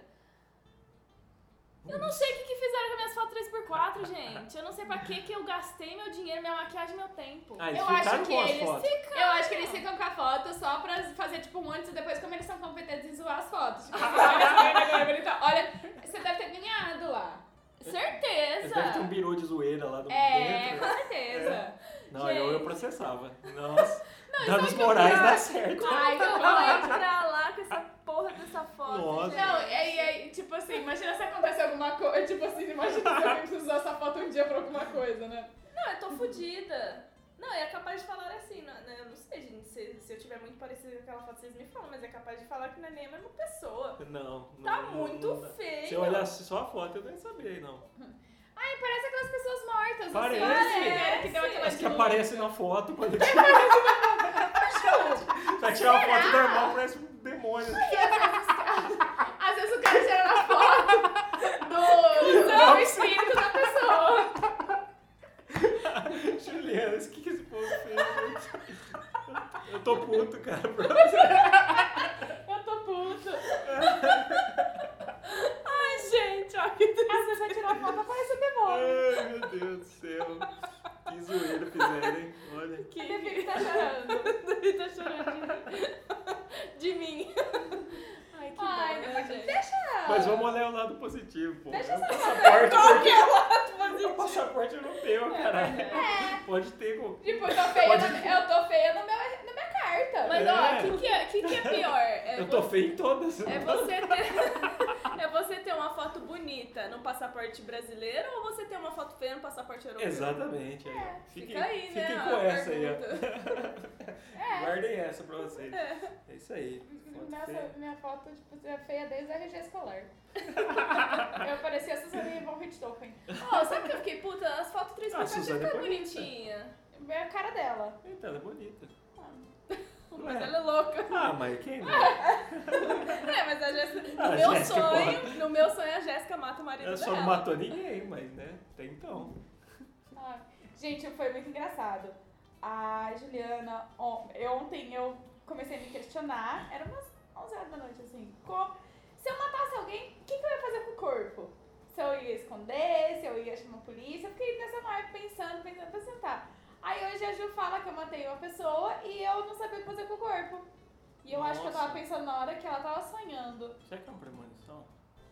C: Eu
B: Uhum.
C: não sei o que, que fizeram com minhas fotos 3x4, gente. Eu não sei pra que, que eu gastei meu dinheiro, minha maquiagem, meu tempo.
B: Ah, eles
A: Eu acho
B: ficaram
A: que
B: com as
A: eles
B: fotos.
A: Eu acho que eles ficam com a foto só pra fazer tipo um antes e depois, como eles são competentes em zoar as fotos. Tipo, olha, essa menina agora é bonita. olha, você deve ter ganhado lá.
B: Eles
C: Certeza!
B: devem ter um birô de zoeira lá do
A: É,
B: dentro.
A: com certeza.
B: Não, eu, eu
C: Gente.
B: processava. Nossa. Danos
C: sabe o que
B: morais
C: é?
B: dá certo.
C: Ai,
A: Ai,
C: que eu
A: não.
C: vou entrar lá com essa porra dessa foto.
B: Nossa.
C: gente?
A: Não, é, é, tipo assim, imagina se acontece alguma coisa. Tipo assim, imagina se alguém precisa usar essa foto um dia pra alguma coisa, né?
C: Não, eu tô fodida. Não, é capaz de falar assim, não, não, eu não sei, gente, se, se eu tiver muito parecido com aquela foto, vocês me falam, mas é capaz de falar que não é nem a mesma pessoa.
B: Não, não.
C: Tá
B: não-
C: muito
B: não dá.
C: feio.
B: Hum, Se eu olhasse só a foto, eu nem sabia, não.
A: Ai, parece aquelas pessoas mortas,
B: Parece.
A: assim. né? Que deu
C: Parece.
A: aquela
B: As que
A: de-
B: aparecem na foto quando tira. Vai tirar uma foto normal, parece um demônio.
A: Às vezes o cara tira na foto do, do espírito da pessoa.
B: Juliana, o que, que esse povo fez? gente? Eu tô puto, cara. pra você.
A: Eu tô puta.
C: Ai, gente, ó, que
A: Às vezes vai tirar foto, aparece o demônio.
B: Ai, meu Deus do céu. Que zoeira fizeram, hein? Olha.
C: que
A: Ele tá chorando.
C: Ele tá chorando de mim. De mim. Ai, que
A: Ai,
C: bom, né,
A: depois-
C: gente?
A: deixa.
B: Mas vamos olhar o lado positivo, pô.
C: Deixa
B: É um
C: essa
B: passaporte,
C: Qual que
B: porque...
C: é o lado
B: é um
C: positivo?
B: passaporte europeu, caralho.
A: É.
B: Pode ter com.
A: Tipo, eu tô feia, no, eu tô feia no meu, na minha carta.
C: Mas,
B: É.
C: ó, o que, que, é, que, que é pior? É
B: Eu tô
C: você-
B: feio em todas.
C: É você, ter, é você ter uma foto bonita no passaporte brasileiro ou você ter uma foto feia no passaporte europeu?
B: Exatamente. aí, ó.
A: É,
B: Fiquem-
C: Fica aí, né?
B: Fiquem
C: a
B: com essa aí, ó.
C: pergunta.
A: É.
B: Guardem essa pra vocês. É isso aí.
C: Uhum,
B: Foto feia.
A: Nossa, minha foto tipo, é feia desde a RG escolar. eu parecia a Suzane von Richthofen.
C: Ó, sabe que eu fiquei puta? As fotos 3
B: Ah,
C: por 4
B: Suzane
C: fica
B: é bonita.
C: tá bonitinha. Ah,
A: É a cara dela.
B: Eita, ela é bonita.
C: Mas
B: Ué.
C: ela é louca.
B: Ah, mas quem não?
C: É, mas a Jéssica. No
B: Ah,
C: meu
B: Jéssica,
C: sonho, no meu sonho, a Jéssica mata o marido
B: Ela só
C: dela.
B: não matou ninguém, mas né? Até então.
A: Ai, Gente, foi muito engraçado. A Juliana, on- eu- ontem eu comecei a me questionar, era umas 11 horas da noite, assim. co- Se eu matasse alguém, o que, que eu ia fazer com o corpo? Se eu ia esconder, se eu ia chamar a polícia, eu fiquei nessa vibe pensando, pensando, pensando, tá. Aí hoje a Ju fala que eu matei uma pessoa e eu não sabia o que fazer com o corpo. E eu acho que eu tava
B: Nossa.
A: pensando na hora que ela tava sonhando.
B: Será que é uma premonição?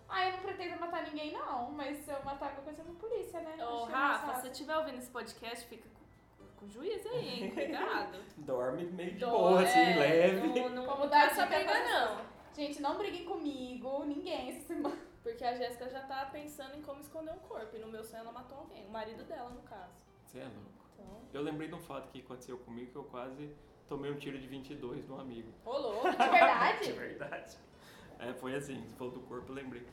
A: Ah, eu não pretendo matar ninguém, não, mas se eu matar alguma coisa, eu chamo a polícia, né?
C: Ô,
A: Acho que é
C: Rafa,
A: engraçado.
C: se estiver ouvindo esse podcast, fica com, com o juiz aí, hein? Cuidado.
B: Dorme meio de boa, assim,
C: É,
B: leve.
C: Não, não,
A: Como
C: não
A: dar
C: tá essa
A: dica
C: briga,
A: pra
C: não.
A: Gente, não briguem comigo, ninguém essa semana.
C: Porque a Jéssica já tá pensando em como esconder um corpo. E no meu sonho ela matou alguém. O marido dela, no caso.
B: Você é louco.
C: Então,
B: Eu lembrei de um fato que aconteceu comigo que eu quase tomei um tiro de 22 de um amigo.
C: rolou.
A: De
B: De
A: verdade?
B: verdade. É, foi assim, você falou do corpo, eu lembrei.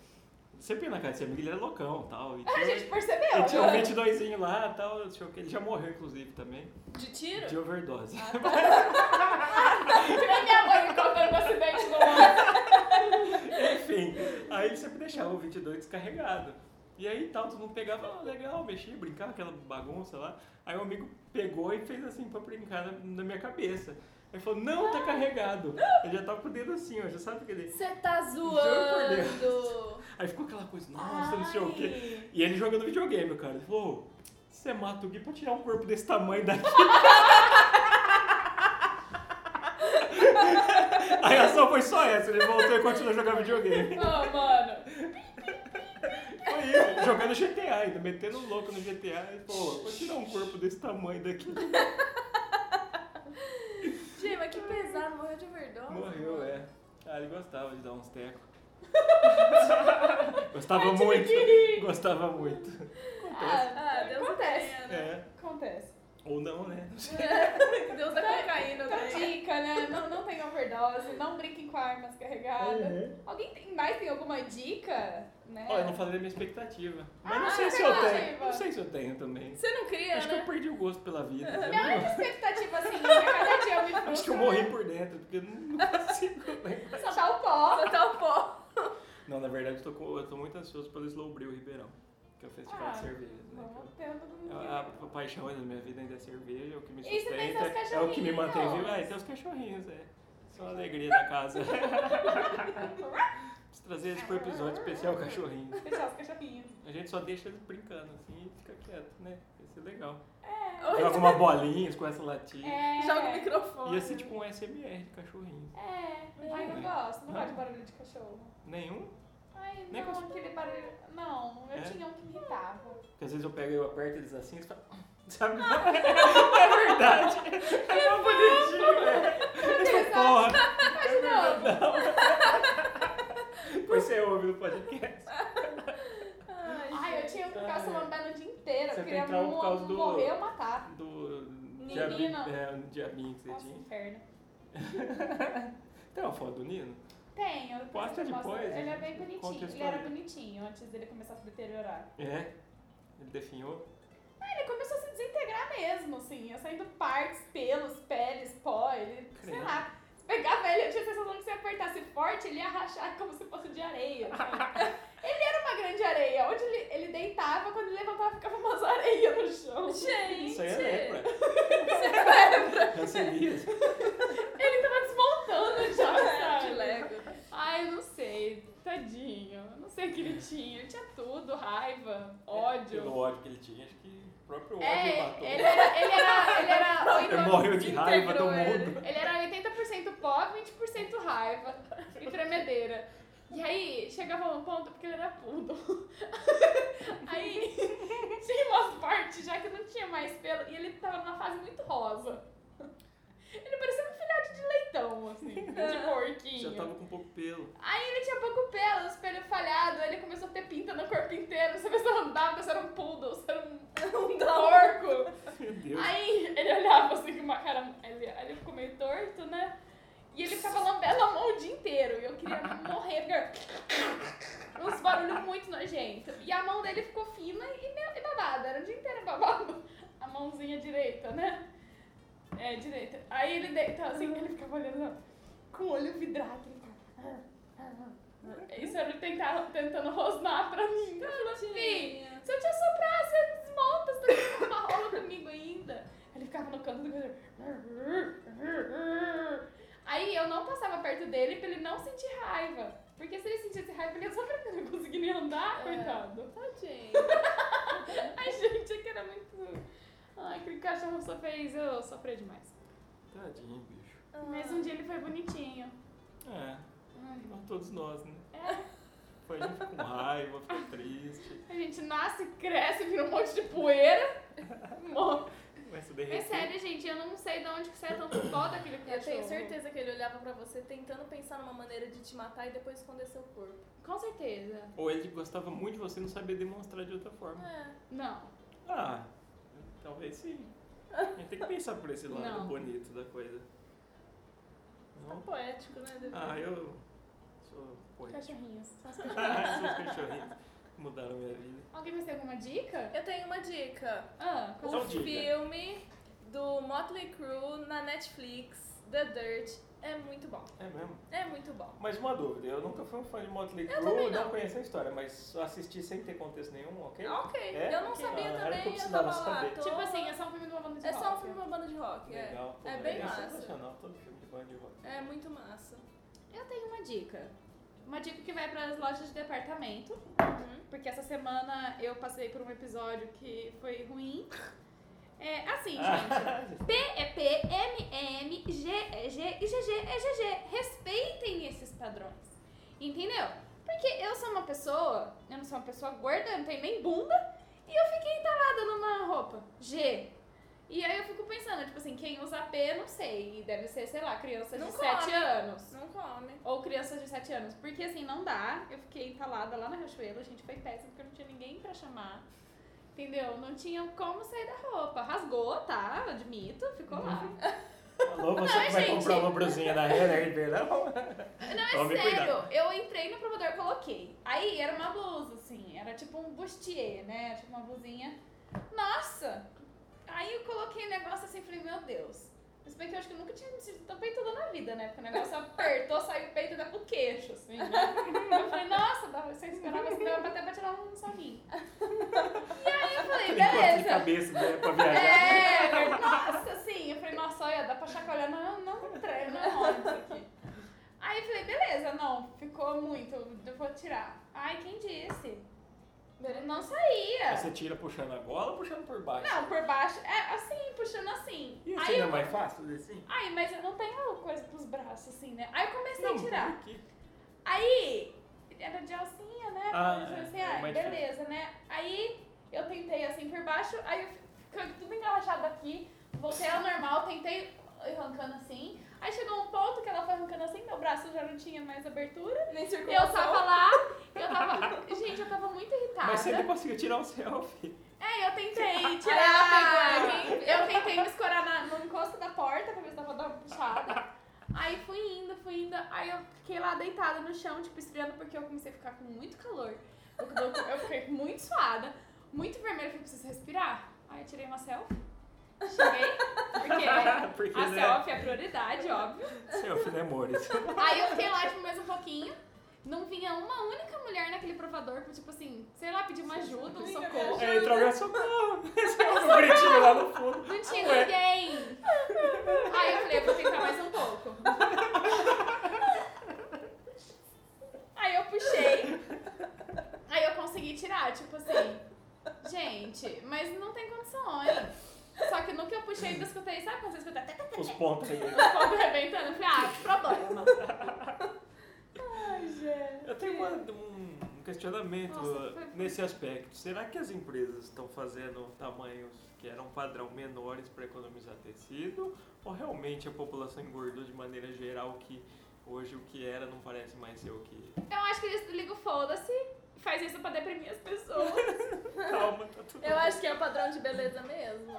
B: Sempre ia na casa desse amigo, ele era loucão e tal. E
A: A
B: tinha,
A: gente percebeu.
B: e tinha um
A: né?
B: 22 lá e tal, não sei o que. Ele já morreu, inclusive, também.
C: De tiro?
B: De overdose.
A: Que nem minha mãe me contando um acidente no ano.
B: Enfim, aí ele sempre deixava o 22 descarregado. E aí tal, todo mundo pegava, ah, legal, mexia, brincava, aquela bagunça lá. Aí um amigo pegou e fez assim pra brincar na, na minha cabeça. Aí falou, não, tá carregado. Ele já tava com o dedo assim, ó, já sabe que ele...
C: Você tá
B: por Deus.
C: zoando.
B: Aí ficou aquela coisa, nossa, não sei o quê. E ele jogando videogame, cara. Ele falou, "Ô, você mata o Gui pra tirar um corpo desse tamanho daqui. A reação foi só essa, ele voltou e continuou jogando videogame.
A: Ô, mano.
B: Foi isso, jogando GTA ainda, metendo louco no GTA. E, pô, vou tirar um corpo desse tamanho daqui.
C: Gente, mas que pesado. Morreu de overdose.
B: Morreu,
C: mano.
B: é. Ah, ele gostava de dar uns tecos. gostava muito. Gostava muito. Acontece.
C: Ah, Deus
A: Acontece.
C: acontece. Né?
B: É.
A: Acontece.
B: Ou não, né?
C: Deus da cocaína,
A: Então,
C: né?
A: dica, né? Não, não tenha overdose, não brinquem com armas carregadas. Alguém tem mais? Tem alguma dica? Né?
B: Uhum. Olha, eu não falei da minha expectativa. Mas
A: Ah,
B: não sei
A: é
B: se eu
A: verdade.
B: tenho. Não sei se eu tenho também.
C: Você não cria,
B: Acho que eu
C: né?
B: perdi o gosto pela vida. sabe?
A: Minha única expectativa, assim, é que a cada dia eu me frustro.
B: Acho que eu morri por dentro, porque eu não consigo lembrar.
A: Só dá o pó.
C: Só tá o pó.
B: Não, na verdade, eu tô, com- eu tô muito ansioso pelo Slowbrew Ribeirão, que é o festival
A: Ah,
B: de cerveja. Né?
A: Vamos ter todo
B: Eu-
A: mundo.
B: A, a paixão da minha vida ainda é cerveja, é o que me
A: E você tem
B: sustenta,
A: seus
B: é o que me mantém
A: cachorrinhos.
B: vivo. É, e tem os cachorrinhos, é. Só a alegria da casa. Preciso trazer esse pro episódio especial cachorrinho.
A: Deixar os cachorrinhos.
B: A gente só deixa eles brincando assim e fica quieto, né? Ia ser legal.
A: É.
B: Joga uma bolinha, começa a latir.
A: É.
C: Joga o microfone.
B: Ia ser tipo um SMR de cachorrinho.
A: É, ai, não gosto, não gosto de barulho de cachorro.
B: Nenhum?
A: Ai,
B: Nem
A: não,
B: gosto.
A: aquele barulho. Não, eu
B: É?
A: tinha um que me irritava.
B: Porque às vezes eu pego e eu aperto eles assim e eles falam. Sabe?
A: Ah,
B: é verdade. É tão bonitinho, é. Porra.
A: Faz de novo.
B: Depois você ouve no podcast.
A: Ai, eu tinha que ficar
B: Ai.
A: se lambendo o dia inteiro.
B: Você
A: Eu queria
B: tem trauma por
A: mo-
B: causa do-
A: morrer ou matar.
B: Do
C: Menino.
B: diabinho, é, um diabinho que você
A: Nossa,
B: tinha.
A: inferno.
B: Tem uma foto do Nino?
A: Tem, eu
B: Posta
A: eu
B: depois,
A: posto. Ele é
B: gente,
A: bem bonitinho.
B: conta a
A: Ele era
B: história.
A: bonitinho antes dele começar a se deteriorar.
B: É. Ele definhou.
A: Ah, Ele começou a se desintegrar mesmo, assim. Ia saindo partes, pelos, peles, pó. Ele, sei
B: Credo.
A: lá. Você pegava ele, eu tinha a sensação que se apertasse forte, ele ia rachar como se fosse de areia. sabe? ele era uma grande areia. Onde ele, ele deitava, quando ele levantava, ficava umas areias no chão.
C: Gente!
B: Isso aí é lepra. é
A: Você lembra?
B: Cancelias.
A: Ele tava desmontando já, sabe?
C: de Lego.
A: Ai, eu não sei. Tadinho. Eu Não sei o que ele tinha. Ele tinha tudo. Raiva, ódio.
B: Pelo ódio que ele tinha, acho que o próprio ódio matou.
A: É, ele era, ele era, ele era,
B: Ele
A: 80
B: morreu de raiva do
C: Integrou ele.
B: mundo.
A: ele era 80% pó, 20% raiva e tremedeira. E aí, chegava um ponto, porque ele era pudo. aí, tinha uma parte já que não tinha mais pelo e ele tava numa fase muito rosa. Ele parecia um filhote de leitão, assim, de porquinho.
B: Já tava com um pouco pelo.
A: Aí ele tinha pouco pelo, os espelho falhado, ele começou a ter pinta no corpo inteiro, você começou a andar, você era um poodle, você era um, um porco.
B: Meu Deus.
A: Aí ele olhava assim com uma cara. Ele, ele ficou meio torto, né? E ele ficava lambendo a mão o dia inteiro. E eu queria morrer, porque. Uns barulhos muito nojentos. E a mão dele ficou fina e, meio, e babada. Era o dia inteiro babado. A mãozinha direita, né? É, direita. Aí ele deitava assim, ele ficava olhando com o olho vidrado. Ele "Ah, ficava. ah." Isso era ele tentar, tentando rosnar pra mim. Eu falei, "Fih,
C: Tadinha.
A: se eu te assoprar, você desmonta, você tá com uma rola comigo ainda. Ele ficava no canto do corredor. Aí eu não passava perto dele pra ele não sentir raiva. Porque se ele sentisse raiva, ele ia sofrer porque ele não conseguia nem andar,
C: É.
A: coitado.
C: Tadinha.
A: Ai, gente, é que era muito. Ai, aquele cachorro só fez eu sofrer demais.
B: Tadinho, bicho.
A: Mas um dia ele foi bonitinho.
B: É,
A: Ai,
B: igual todos nós, né?
A: É,
B: Foi a gente fica com raiva, fica triste,
A: a gente nasce, cresce, vira um monte de poeira. Morre.
B: começa
A: Mas
B: a
C: É
B: derreter.
A: É sério, gente, eu não sei de onde que saiu tanto dó daquele cachorro.
C: Eu tenho certeza que ele olhava pra você tentando pensar numa maneira de te matar e depois esconder seu corpo.
A: Com certeza.
B: Ou ele gostava muito de você e não sabia demonstrar de outra forma.
C: É.
A: Não.
B: Ah, talvez sim. A gente tem que pensar por esse lado
A: Não.
B: bonito da coisa.
C: Tá
B: Não?
C: poético, né? David?
B: Ah, eu sou poeta.
A: Cachorrinhos. São as
B: Seus
A: cachorrinhas.
B: cachorrinhos mudaram minha vida.
A: Alguém mais tem alguma dica?
C: Eu tenho uma dica.
A: Ah, qual-
B: Só
C: O
B: dica.
C: filme do Motley Crue na Netflix, The Dirt, é muito bom.
B: É mesmo.
C: É muito bom.
B: Mas uma dúvida, eu nunca fui um fã de Motley
C: Eu também
B: Crue, não
C: não.
B: conheço a história, mas assisti sem ter contexto nenhum, ok?
C: Ok,
B: É?
C: eu não
A: Ok.
C: sabia
B: Ah, era o que eu
C: também, eu
B: precisava
C: tava lá.
B: saber.
C: toda-
A: Tipo assim, é só um filme de uma banda de
C: é só um
A: rock. né?
C: filme de uma banda de rock. é.
B: Legal, pô,
C: é bem
B: legal,
C: massa.
B: sensacional, todo filme de banda de rock.
C: É muito massa.
A: Eu tenho uma dica. Uma dica que vai para as lojas de departamento.
C: Uhum.
A: Porque essa semana eu passei por um episódio que foi ruim. É assim, gente.
B: Ah,
A: P é P, M é M, G é G e GG é GG. Respeitem esses padrões. Entendeu? Porque eu sou uma pessoa, eu não sou uma pessoa gorda, eu não tenho nem bunda, e eu fiquei entalada numa roupa. G. E aí eu fico pensando, tipo assim, quem usa P, não sei. E deve ser, sei lá, criança
C: Não
A: de 7
C: come.
A: anos.
C: Não come.
A: Ou crianças de 7 anos. Porque assim, não dá. Eu fiquei entalada lá na Riachuelo, gente, foi péssimo porque eu não tinha ninguém pra chamar. Entendeu? Não tinha como sair da roupa. Rasgou, tá? Eu admito, ficou lá.
B: Alô, você
A: Não,
B: que vai
A: gente.
B: comprar uma brusinha da Renner em verão?
A: Não, é
B: Tome
A: sério.
B: cuidado.
A: Eu entrei no provador e coloquei. Aí era uma blusa, assim. Era tipo um bustier, né? Tipo uma blusinha. Nossa! Aí eu coloquei o negócio assim e falei, meu Deus. Mas bem que eu acho que eu nunca tinha me sentido tão peituda na vida, né? Porque o negócio apertou, saiu o peito da pro queixo, assim, né? Eu falei, nossa, dava- você esperava assim, dava até pra tirar um sorrinho. E aí eu falei,
B: Aquele corte de
A: beleza.
B: cabeça né, pra viajar.
A: É, verdade. nossa, sim. Eu falei, nossa, olha, dá pra chacoalhar, não, não treino, não, isso aqui. Aí eu falei, beleza, não, ficou muito, eu vou tirar. Ai, quem disse? Não saía.
B: Você tira puxando a gola ou puxando por baixo?
A: Não, por baixo, é assim, puxando assim.
B: E assim
A: Aí
B: não é
A: eu,
B: mais fácil? Assim?
A: ai, mas eu não tenho coisa pros braços, assim, né? Aí eu comecei
B: Não,
A: a tirar.
B: por quê?
A: Aí, era de alcinha, né?
B: Ah,
A: eu falei assim,
B: é, é
A: ai,
B: mais
A: beleza, né? Aí eu tentei assim por baixo, aí eu ficando tudo engarrachado aqui. Voltei ao normal, tentei arrancando assim. Aí chegou um ponto que ela foi arrancando assim, meu braço já não tinha mais abertura.
C: Nem
A: E eu
C: circulação.
A: tava lá, eu tava. Gente, eu tava muito irritada.
B: Mas você não conseguiu tirar um selfie.
A: É, eu tentei
C: Aí
A: tirar.
C: ela pegou
A: eu tentei me escorar na, no encosto da porta pra ver se dava pra dar uma puxada. Aí fui indo, fui indo. Aí eu fiquei lá deitada no chão, tipo, esfriando, porque eu comecei a ficar com muito calor. Eu, eu- eu fiquei muito suada, muito vermelha, falei, preciso respirar. Aí eu tirei uma selfie. Cheguei, porque
B: Porque
A: É, a
B: né?
A: selfie é a prioridade, óbvio.
B: selfie, né, Mores?
A: Aí eu fiquei lá, tipo, mais um pouquinho. Não vinha uma única mulher naquele provador, tipo assim, sei lá, pedir uma ajuda, um
C: Vinga, me
A: socorro.
B: Aí entrou alguém É, socorro. Esse é um gritinho lá no fundo.
A: Não tinha
B: Ué.
A: ninguém. Aí eu falei, eu vou tentar mais um pouco. Aí eu puxei. Aí eu consegui tirar, tipo assim. Gente, mas não tem condições. Só que no que eu puxei, eu ainda escutei, sabe quando você escuta? tá, tá, tá,
B: Os pontos aí.
A: tá, O fogo arrebentando. Eu falei, ah, que problema. Ai, gente.
B: Eu tenho uma- um um questionamento
A: Nossa, foi-
B: nesse aspecto. Será que as empresas estão fazendo tamanhos que eram padrão menores para economizar tecido? Ou realmente a população engordou de maneira geral que hoje o que era não parece mais ser o que? é?
A: Eu acho que eles ligam foda-se. Faz isso pra deprimir as pessoas.
B: Calma, tá tudo
C: Eu
B: bem.
C: acho que é o padrão de beleza mesmo.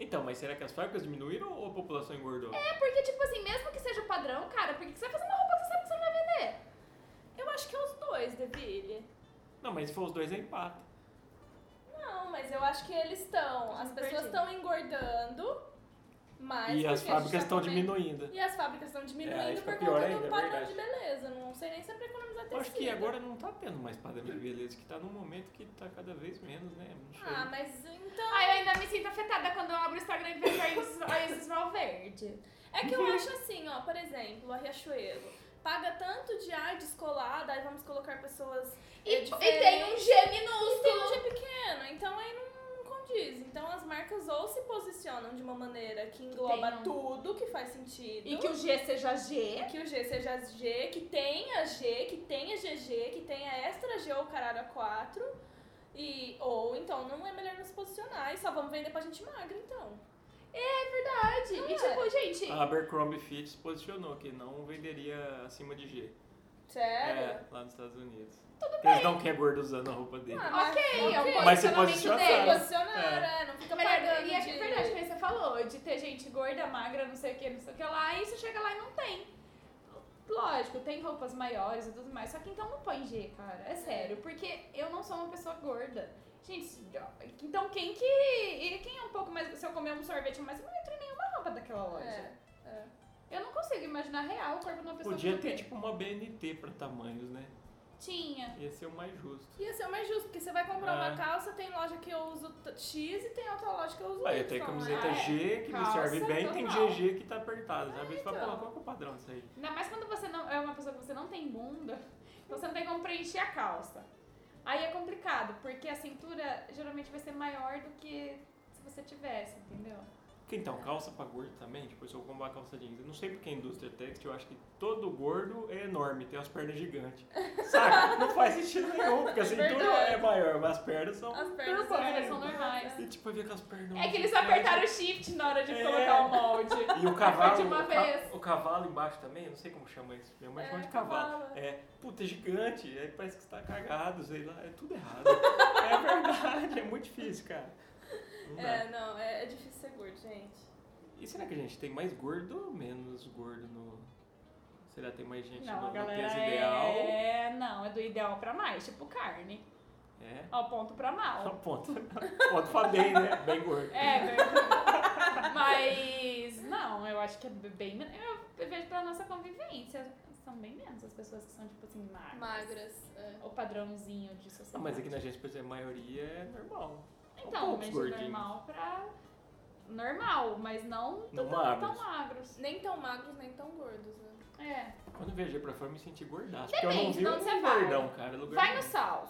B: Então, mas será que as fábricas diminuíram ou a população engordou?
A: É porque, tipo assim, mesmo que seja o padrão, cara, por que que você vai fazer uma roupa que você sabe que você não vai vender?
C: Eu acho que é os dois, Deville.
B: Não, mas se for os dois, é empate.
C: Não, mas eu acho que eles estão. As
A: Perdido.
C: pessoas estão engordando, mas.
B: E as
C: porque a gente
B: fábricas
C: tá
B: estão
C: comendo-
B: diminuindo.
C: E as fábricas estão
B: É, aí
C: diminuindo
B: fica
C: por
B: pior
C: conta
B: ainda,
C: do
B: é
C: padrão
B: verdade.
C: de beleza. Não sei nem se é pra economizar
B: Eu
C: tecido.
B: acho que agora não tá tendo mais padrão de beleza, que tá num momento que tá cada vez menos, né? Não sei.
C: Ah, mas então.
A: Ai, eu ainda me sinto afetada quando eu abro o Instagram e vejo aí esses- aí esses mal verde.
C: É que
B: Uhum.
C: eu acho assim, ó, por exemplo, a Riachuelo. Paga tanto de ar descolada, aí vamos colocar pessoas.
A: E,
C: é,
A: e
C: diferentes.
A: tem um gene
C: E tem um
A: minúsculo.
C: G pequeno, então aí não condiz. Então as marcas ou se posicionam de uma maneira que engloba
A: tenha um-
C: tudo que faz sentido.
A: o G seja G.
C: que o G seja as G, que tenha G, que tenha GG, que tenha extra G ou caralho a 4. E, ou então não é melhor nos posicionar e só vamos vender pra gente magra, então.
A: É verdade.
C: Não
A: e
C: é?
A: tipo, gente,
B: A Abercrombie Fitch se posicionou que não venderia acima de G.
C: Sério?
B: É, lá nos Estados Unidos. Porque eles não querem gordo usando a roupa dele.
C: Ah,
A: ok, é um
C: ok.
B: Mas se
A: posicionamento
B: posicionar.
A: deles.
C: Posicionar, é. não fica
A: Melhor,
C: pagando
A: e é
C: de...
A: verdade que você falou, de ter gente gorda, magra, não sei o que, não sei o que lá, e você chega lá e não tem. Lógico, tem roupas maiores e tudo mais, só que então não põe G, cara, é sério, porque eu não sou uma pessoa gorda. Gente, então quem que. e Quem é um pouco mais. Se eu comer um sorvete a mais, eu não entro em nenhuma roupa daquela loja.
C: É, é.
A: Eu não consigo imaginar real o corpo de uma pessoa
B: Podia
A: que
B: ter
A: não
B: tipo uma BNT pra tamanhos, né?
A: Tinha.
B: Ia ser o mais justo.
C: Ia ser mais justo, porque você vai comprar uma
B: É.
C: calça, tem loja que eu uso t- X e tem outra loja que eu uso
B: Aí
C: Y,
B: tem
C: né?
B: camiseta
A: é.
B: G que me
A: Calça,
B: serve bem, tem
A: normal.
B: GG que tá apertado. Sabe? Eles falam,
C: então.
B: pô, qual que é o padrão disso aí?
A: Ainda mais quando você não é uma pessoa que você não tem bunda, então você não tem como preencher a calça. Aí é complicado, porque a cintura geralmente vai ser maior do que se você tivesse, entendeu?
B: Porque, Então, calça pra gordo também, tipo, se eu comprar calça jeans, eu não sei porque a indústria têxtil, eu acho que todo gordo é enorme, tem as pernas gigantes. Sabe? não faz sentido nenhum, porque a cintura
C: Verdade.
B: é maior, mas as pernas são.
C: As pernas assim.
A: As
B: É.
A: pernas são normais.
B: E tipo, eu vi aquelas pernas.
A: É que eles apertaram o shift na hora de
B: É.
A: colocar o molde.
B: E o cavalo. tá
A: de uma
B: o, ca-
A: vez.
B: o cavalo embaixo também, eu não sei como chama isso. Minha mãe
C: É,
B: chama de cavalo.
C: cavalo.
B: É, puta, é gigante. Aí parece que você tá cagado, sei lá. É tudo errado. é verdade, é muito difícil, cara. Não dá.
C: É, não, é, é difícil ser gordo, gente.
B: E será que a gente tem mais gordo ou menos gordo no. Será que tem mais gente
A: Não,
B: no,
A: a
B: no
A: galera
B: peso ideal?
A: é... Não, é do ideal pra mais, tipo carne.
B: É.
A: Ó, ponto pra mal.
B: Ponto. Ponto pra bem, né? Bem gordo.
A: Ah, É, verdade. mas não, eu acho que é bem menos. Eu vejo pela nossa convivência, são bem menos as pessoas que são, tipo assim, magras.
C: Magras. é.
A: O padrãozinho de sociedade.
B: Não, mas é aqui na gente, por exemplo, a maioria é normal. São
A: Então,
B: poucos
A: mas de
B: gordinhos.
A: normal pra. Normal, mas não,
B: Não
A: tão,
B: magros.
A: tão magros.
C: Nem tão magros, nem tão gordos, né?
A: É.
B: Quando eu viajei pra fora, eu me senti gordaço. Porque eu não
A: Depende,
B: vi
A: de onde você
B: um
A: vai.
B: gordão, cara. Lugar
A: Vai no
B: nenhum.
A: sal.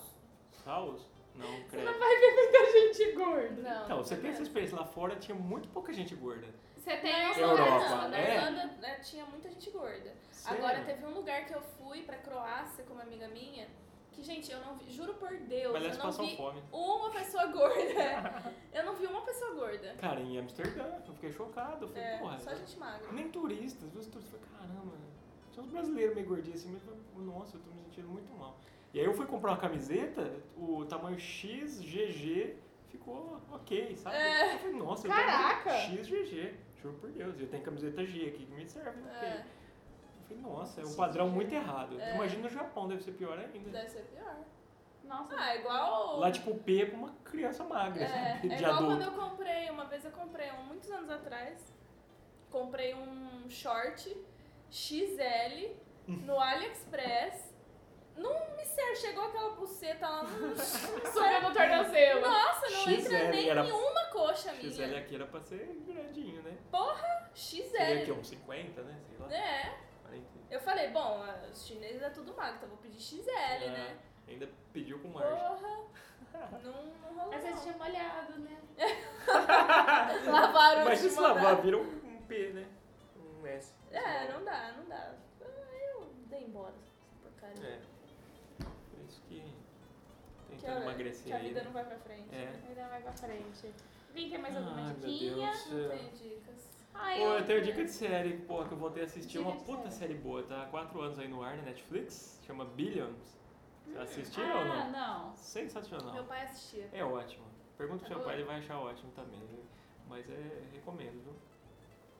B: Taos? Não,
A: Você não
B: credo.
A: vai ver muita gente gorda.
C: Não.
B: Então, você tem essa experiência lá fora, tinha muito pouca gente gorda.
A: Você tem os
C: Na Irlanda,
A: lugares.
B: Europa,
C: não, na
B: é?
C: Irlanda um né, tinha muita gente gorda.
B: Sério?
C: Agora teve um lugar que eu fui pra Croácia com uma amiga minha, que, gente, eu não vi, juro por Deus,
B: Mas elas
C: eu não
B: passam
C: vi
B: fome.
C: uma pessoa gorda. eu não vi uma pessoa
B: Cara, em Amsterdã, eu fiquei chocado. Eu falei,
C: É,
B: porra, então.
C: só gente magra.
B: nem turistas, viu os turistas. Eu falei, caramba, tinha uns brasileiros meio gordinhos assim, mas eu falei, nossa, eu tô me sentindo muito mal. E aí eu fui comprar uma camiseta, o tamanho XGG ficou ok, sabe?
C: É.
B: Eu falei, nossa,
A: Caraca!
B: eu tenho XGG, juro por Deus, eu tenho camiseta G aqui que me serve, ok.
C: É,
B: Eu falei, nossa, é um padrão muito errado.
C: É.
B: Imagina no Japão, deve ser pior ainda.
C: deve ser pior.
A: Nossa,
C: Ah, é igual.
B: Lá, né? tipo, o P é pra uma criança magra,
C: É,
B: sabe?
C: é
B: De
C: igual
B: adulto.
C: quando eu comprei, uma vez eu comprei um, muitos anos atrás, comprei um short XL no AliExpress. Não me serve, chegou aquela buceta lá, não,
A: subiu no tornozelo.
C: Ah, nossa, não
B: XL
C: entra nem
B: era-
C: nenhuma coxa minha.
B: XL aqui era pra ser grandinho, né? Seria aqui
C: XL.
B: uns 50, né? Sei lá.
C: É,
B: 40.
C: eu falei, bom, os chineses é tudo magro, então eu vou pedir XL,
B: Ah,
C: né?
B: Ainda pediu com margem.
C: Porra, não, não rolou
A: Mas vocês
C: não.
A: tinham molhado, né?
C: Lavaram
B: Mas
C: de
B: se
C: mandar.
B: lavar, vira um, um P, né? Um S.
C: É, não dá, não dá. Aí eu dei embora essa porcaria.
B: É. Por isso que
C: Que
B: tentando
C: a,
B: emagrecer
C: que a
B: aí,
C: vida
B: né?
C: não vai pra frente.
B: É.
A: Ainda vai pra frente. Vem, tem mais alguma
B: Ai, meu
A: diquinha?
B: Deus. é.
C: Não tem dicas.
A: Ai,
B: Pô, eu
C: né?
B: tenho dica de série, pô, que eu voltei a assistir.
A: Dica
B: uma
A: de
B: puta série boa, tá? Há quatro anos aí no ar, na Netflix. Chama Billions. Vocês assistiram ou
A: Ah,
B: não?
A: não.
C: Hum, Meu
B: Sensacional.
C: pai assistia.
B: É ótimo. Pergunta pro
C: Tá
B: seu
C: boa?
B: pai, ele vai achar ótimo também. né? Mas é, recomendo, viu?